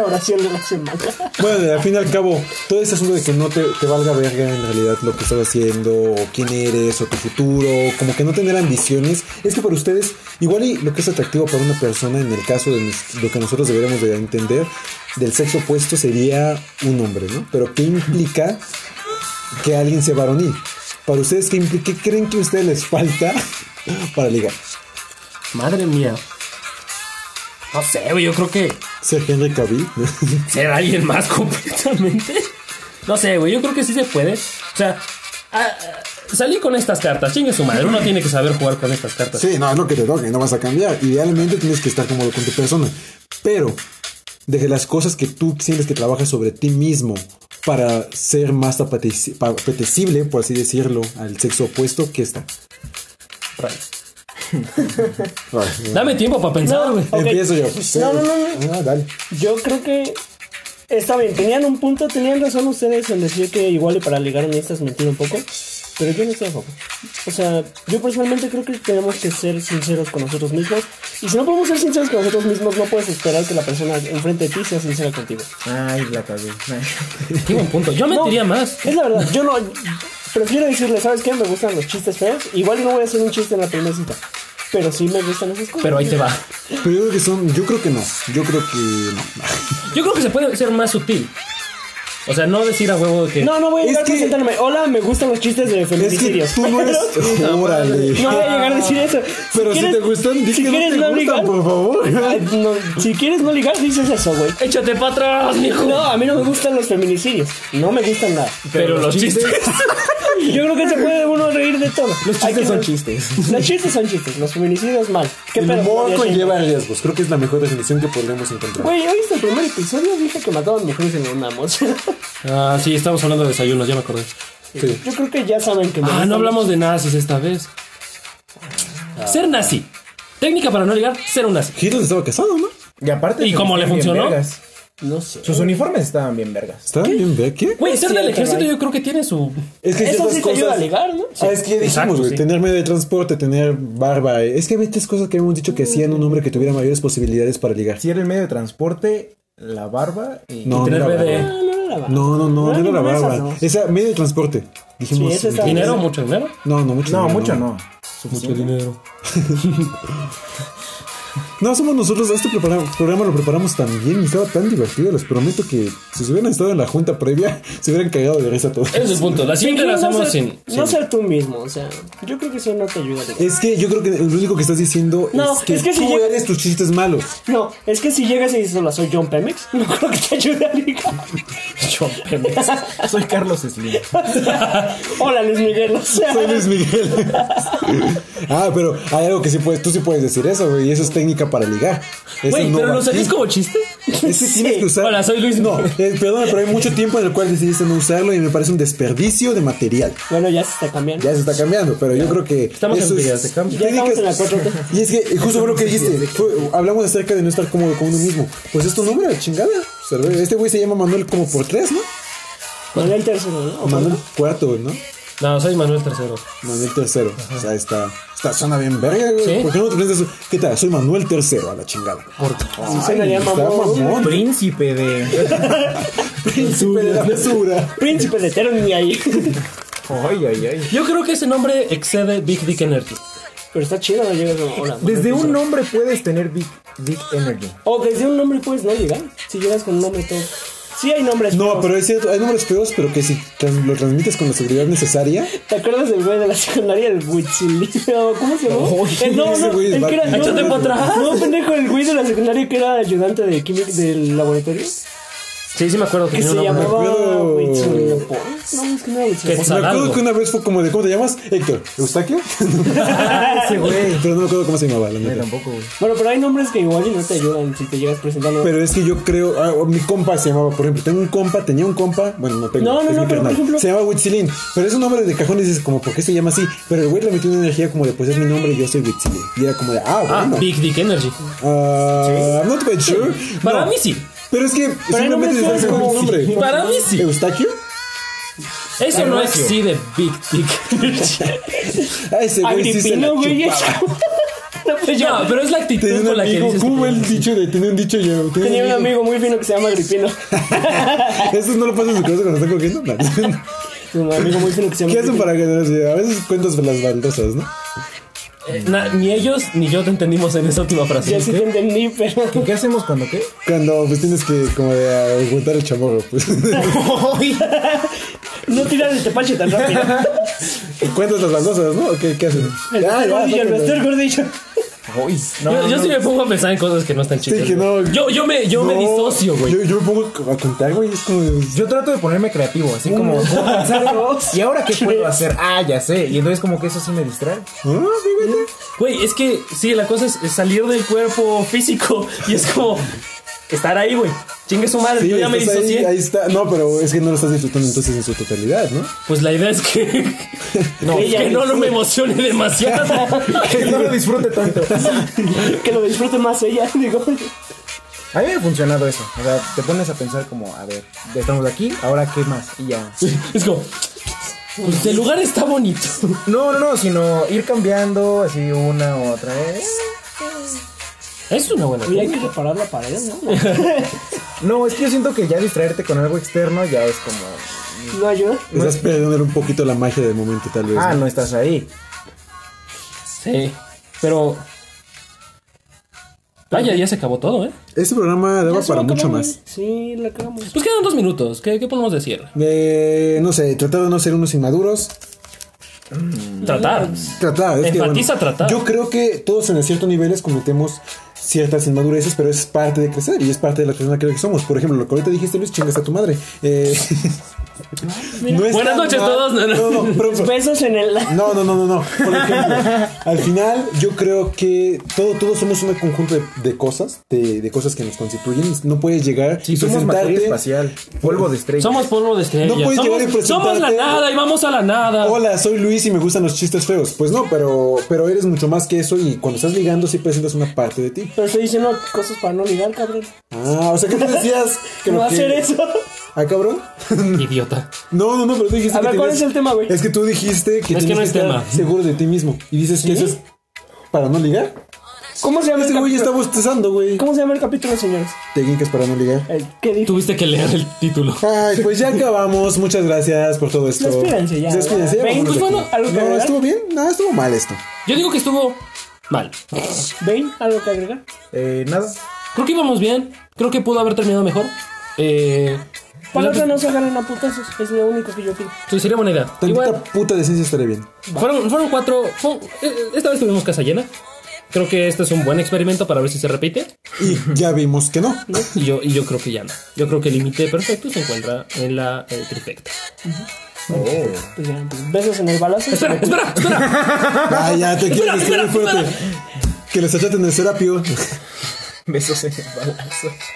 la oración de la semana. bueno, al fin y al cabo, todo ese asunto de que no te, te valga verga en realidad lo que estás haciendo, o quién eres, o tu futuro, como que no tener ambiciones, es que para ustedes, igual y lo que es atractivo para una persona, en el caso de nos- lo que nosotros deberíamos de entender, del sexo opuesto sería un hombre, ¿no? Pero ¿qué implica que alguien sea varonil? Para ustedes, ¿qué, impli- qué creen que a ustedes les falta para ligar? Madre mía. No sé, güey, yo creo que Ser Henry Cavill. ser alguien más completamente. No sé, güey, yo creo que sí se puede. O sea, a- a- salí con estas cartas, chingue su madre. Uno tiene que saber jugar con estas cartas. Sí, no, no que te toque, no vas a cambiar. Idealmente tienes que estar cómodo con tu persona. Pero, desde las cosas que tú sientes que trabajas sobre ti mismo para ser más apeteci- pa- apetecible, por así decirlo, al sexo opuesto, ¿qué está? Rayos. Dame tiempo para pensar, güey. Ok. Empiezo yo. No, no, no, Ah, dale. Yo creo que está bien. Tenían un punto, tenían razón ustedes en decir que igual y para ligar necesitas mentir un poco. Pero yo no estoy a favor. O sea, yo personalmente creo que tenemos que ser sinceros con nosotros mismos. Y si no podemos ser sinceros con nosotros mismos, no puedes esperar que la persona enfrente de ti sea sincera contigo. Ay, la cagué. Qué buen punto. Yo mentiría más. Es la verdad, yo no. Prefiero decirle, ¿sabes qué? Me gustan los chistes feos. Igual no voy a hacer un chiste en la primera cita. Pero sí me gustan esas cosas. Pero ahí te va. Pero yo creo que son, yo creo que no, yo creo que no. Yo creo que se puede ser más sutil. O sea, no decir a huevo que. No, no voy a Es llegar que- presentándome. Hola, me gustan los chistes de Es que feminicidios. tú no eres. Órale. No voy a llegar a decir eso. Pero si te gustan, di que no te gustan, por favor. Ay, no, si quieres no ligar, dices eso, güey. Échate para atrás, mijo. No, a mí no me gustan los feminicidios. No me gustan nada. Pero los chistes. Yo creo que se puede uno reír de todo. Los Hay que chistes son ser- chistes. Los chistes son chistes. Los feminicidios, mal. ¿Qué El pedo? humor Ya sé. conlleva riesgos. Creo que es la mejor definición que podríamos encontrar. Güey, ¿ya viste el primer episodio? Dije que mataban mujeres en una moza. Ah, sí, estamos hablando de desayunos, ya me acordé. Sí. Yo creo que ya saben que me Ah, gustan no hablamos de nazis esta vez. Ser nazi. Técnica para no ligar, ser un nazi. Hitler estaba casado, ¿no? Y aparte. ¿Y se cómo le vestían bien funcionó? vergas. No sé. Sus uniformes estaban bien vergas. ¿Está bien, ve ¿Qué? Güey, ser Sí, del caray. ejército yo creo que tiene su... Es que Eso ciertas sí te ayuda a cosas- ligar, ¿no? Ah, es que ya Exacto, dijimos, güey, sí. tener medio de transporte, tener barba. eh, Es que había tres cosas que habíamos dicho que hacían un hombre que tuviera mayores posibilidades para ligar. Si era el medio de transporte, la barba y... No, no tener era bebé. barba. No, no era la barba. No, no, no, no era la ninguna de esas barba. dos. Esa, medio de transporte. Dijimos. Sí, esa está- Dinero, mucho dinero. No, no, mucho No, dinero, mucho no. Mucho dinero. No, somos nosotros. Este prepara- programa lo preparamos tan bien y estaba tan divertido. Les prometo que si se hubieran estado en la junta previa, se hubieran cagado de risa todos. Ese es el punto. La siguiente la no hacemos ser, sin... sin- no ser tú mismo, o sea, yo creo que eso no te ayuda. a ligar. Es que yo creo que lo único que estás diciendo No, es que, es que si tú llega- eres tus chistes malos. No, es que si llegas y dices, hola, soy John Pemex, no creo que te ayude a ligar. Yo, pendejo. Soy Carlos Slim. Hola, Luis Miguel, o sea, Soy Luis Miguel. ah, pero hay algo que sí puedes, tú sí puedes decir eso, güey. Y eso es técnica para ligar. Eso Güey, no pero va lo aquí. sacas como chiste. Ese tienes que usar. Hola, soy Luis. No, eh, perdón, pero hay mucho tiempo en el cual decidiste no usarlo y me parece un desperdicio de material. Bueno, ya se está cambiando. Ya se está cambiando, pero yo creo que. Estamos en vías de cambio. Ya estamos en la técnicas- 4T. Y es que justo fue lo que dijiste. fue- hablamos acerca de no estar cómodo con uno mismo. Pues es tu nombre, la chingada. O sea, Este güey se llama Manuel como por tres, ¿no? Manuel tercero, ¿no? O O Manuel Manuel- cuarto, ¿no? No, soy Manuel III. Manuel tercero. O sea, está. Está suena bien verga, güey. ¿Sí? ¿Por qué no te pones eso? ¿Qué tal? Soy Manuel tercero a la chingada. Ah, ¿Por qué? Sí, sonaría está mamón. mamón. Príncipe de... Príncipe de la basura. Príncipe de Terni ahí. Ay, ay, ay. Yo creo que ese nombre excede Big Dick Energy. Pero está chido, no llegas como, hola. Manuel Desde un tercero. nombre puedes tener big, big energy. O desde un nombre puedes no llegar. Si llegas con un nombre todo. Sí hay nombres. No, feos. pero es cierto, hay nombres feos, pero que si trans- lo transmites con la seguridad necesaria. ¿Te acuerdas del güey de la secundaria, el Huitzilino? ¿Cómo se llamó? Oye, Eh, no, ese no, güey es el que era. vaquero. No, Échate no, para atrás. no, pendejo, el güey de la secundaria que era ayudante de química del laboratorio. Sí, sí me acuerdo que Que tenía se un nombre. llamaba acuerdo. Huitzilino. No, es que no era Que Huitzilino. Me Salardo. acuerdo que una vez fue como de, ¿cómo te llamas? Héctor. ¿Eustaquio? Ese güey. pero no me acuerdo cómo se llamaba, la Yo neta. tampoco, güey. Bueno, pero hay nombres que igual y no te ayudan si te llegas presentando. Pero es que yo creo, ah, mi compa se llamaba, por ejemplo, tengo un compa, tenía un compa, bueno, no tengo, No, no, es no, mi pero por carnal. ejemplo- se llamaba Witzilin, pero es un nombre de cajón y dices como, ¿por qué se llama así? Pero el güey le metió una energía como de, pues es mi nombre y yo soy Witzilin. Y era como de, ah, Ah, bueno, Big Dick Energy. ah, I'm not quite sure. Para No, mí sí. Pero es que simplemente nombres se hace feos como un como- nombre. Para mí sí. ¿Eustaquio? Eso no excede Big Dick Energy. Ah, ese güey sí se la Agripino, güey. chupaba. No, pues yo No, pero es la actitud Tenía con un la que amigo, dices. ¿cómo el dicho de tener un dicho yo? tenía un amigo muy fino que se llama Agripino. Eso no lo pasan en su cabeza cuando están cogiendo. No. Un amigo muy fino que se llama ¿Qué hacen Agripino. para ganar así? A veces cuentas las baldosas, ¿no? Eh, na- ni ellos ni yo te entendimos en esa última Ya frase. sí te entendí, pero. ¿Qué hacemos cuando qué? Cuando pues tienes que como de aguantar el chamorro, pues. No tirar el tepache tan rápido. cuentas las baldosas, ¿no? ¿O qué, qué hacen? El Ah, ya, gordillo, el sácalo. pastor gordillo. Uy, no, yo yo no. sí me pongo a pensar en cosas que no están chicas. Sí, que no. Yo, yo, me, yo me No, disocio, güey. Yo, yo me pongo a contar, güey. Es como. de- Yo trato de ponerme creativo, así como. ¿puedo pensar en- ¿Y ahora qué puedo hacer? Ah, ya sé. Y entonces, como que eso sí me distrae. Ah, fíjate. Güey, es que sí, la cosa es es salir del cuerpo físico y es como estar ahí, güey. Chingue su madre, Sí, yo ya me estás ahí, disocié. ahí está. No, pero es que no lo estás disfrutando entonces en su totalidad, ¿no? Pues la idea es que. No, Que ella que no, no me emocione demasiado. Que no lo disfrute tanto. Que lo disfrute más ella, digo. A mí me ha funcionado eso. O sea, te pones a pensar como, a ver, ya estamos aquí, ahora qué más. Y ya. es como. Pues el lugar está bonito. No, no, no, sino ir cambiando así una u otra vez. Es una buena Y idea. hay que reparar la pared, ¿no? No, es que yo siento que ya distraerte con algo externo ya es como. No ayuda. Estás perdiendo un poquito la magia del momento, tal vez. Ah, ¿no? no estás ahí. Sí, pero. Vaya, ya se acabó todo, ¿eh? Este programa daba Ya se para va a mucho acabar, más. güey. Sí, la cagamos. Pues quedan dos minutos. ¿Qué, qué podemos decir? Eh, no sé, tratar de no ser unos inmaduros. Mm. Tratar. Tratar, es que, Enfatiza tratar. Yo creo que todos en ciertos niveles cometemos ciertas inmadureces, pero es parte de crecer y es parte de la persona que somos. Por ejemplo, lo que ahorita dijiste, Luis, chingas a tu madre. Eh, No es Buenas tan noches mal. a todos. No, no, no, pero- pues, pero- Besos en el. no, no, no, no, no. Por ejemplo, al final yo creo que todo, todos somos un conjunto de, de cosas, de, de cosas que nos constituyen. No puedes llegar Si somos materia espacial, polvo de estrella. Somos polvo de estrella. No puedes somos, llegar y presentarte. Oh, somos la nada y vamos a la nada. Hola, soy Luis y me gustan los chistes feos. Pues no, pero, pero eres mucho más que eso y cuando estás ligando sí presentas una parte de ti. Pero estoy diciendo cosas para no ligar, cabrón. Ah, o sea, ¿qué te decías? Que No lo que- hacer eso. Ah, cabrón. Idiota. No, no, no, pero tú dijiste A que ver, ¿cuál es el tema, güey? Es que tú dijiste que Es que tienes no que es estar tema. seguro de ti mismo. Y dices que eso es para no ligar. ¿Cómo se llama el Este güey ya está capítulo? bostezando, güey. ¿Cómo se llama el capítulo, señores? Técnicas para no ligar. El que dijo. Tuviste que leer el título. Ay, pues ya acabamos. Muchas gracias por todo esto. Despídanse ya, Despídense. ¿verdad? vámonos Pues de aquí. bueno, ¿algo que no, agregar? estuvo bien. No, estuvo mal esto. Yo digo que estuvo mal. ¿Vein? ¿Algo que agregar? Eh, nada. Creo que íbamos bien. Creo que pudo haber terminado mejor. Eh, Para la- que no se agarren a putazos. Es lo único que yo pido. sí, pues, sería buena idea. Tantita Igual, puta decencia estaría bien. fueron, fueron cuatro. fue- eh, esta vez tuvimos casa llena. Creo que este es un buen experimento para ver si se repite. Y ya vimos que no. Y yo, y yo creo que ya no. Yo creo que el límite perfecto se encuentra en la eh, trifecta. Pues ya, pues, besos en el balazo. Espera, espera, espera. Ah, ya te quiero Espera, decir espera, fuerte. Que les achaten el serapio. eh. Besos en el balazo.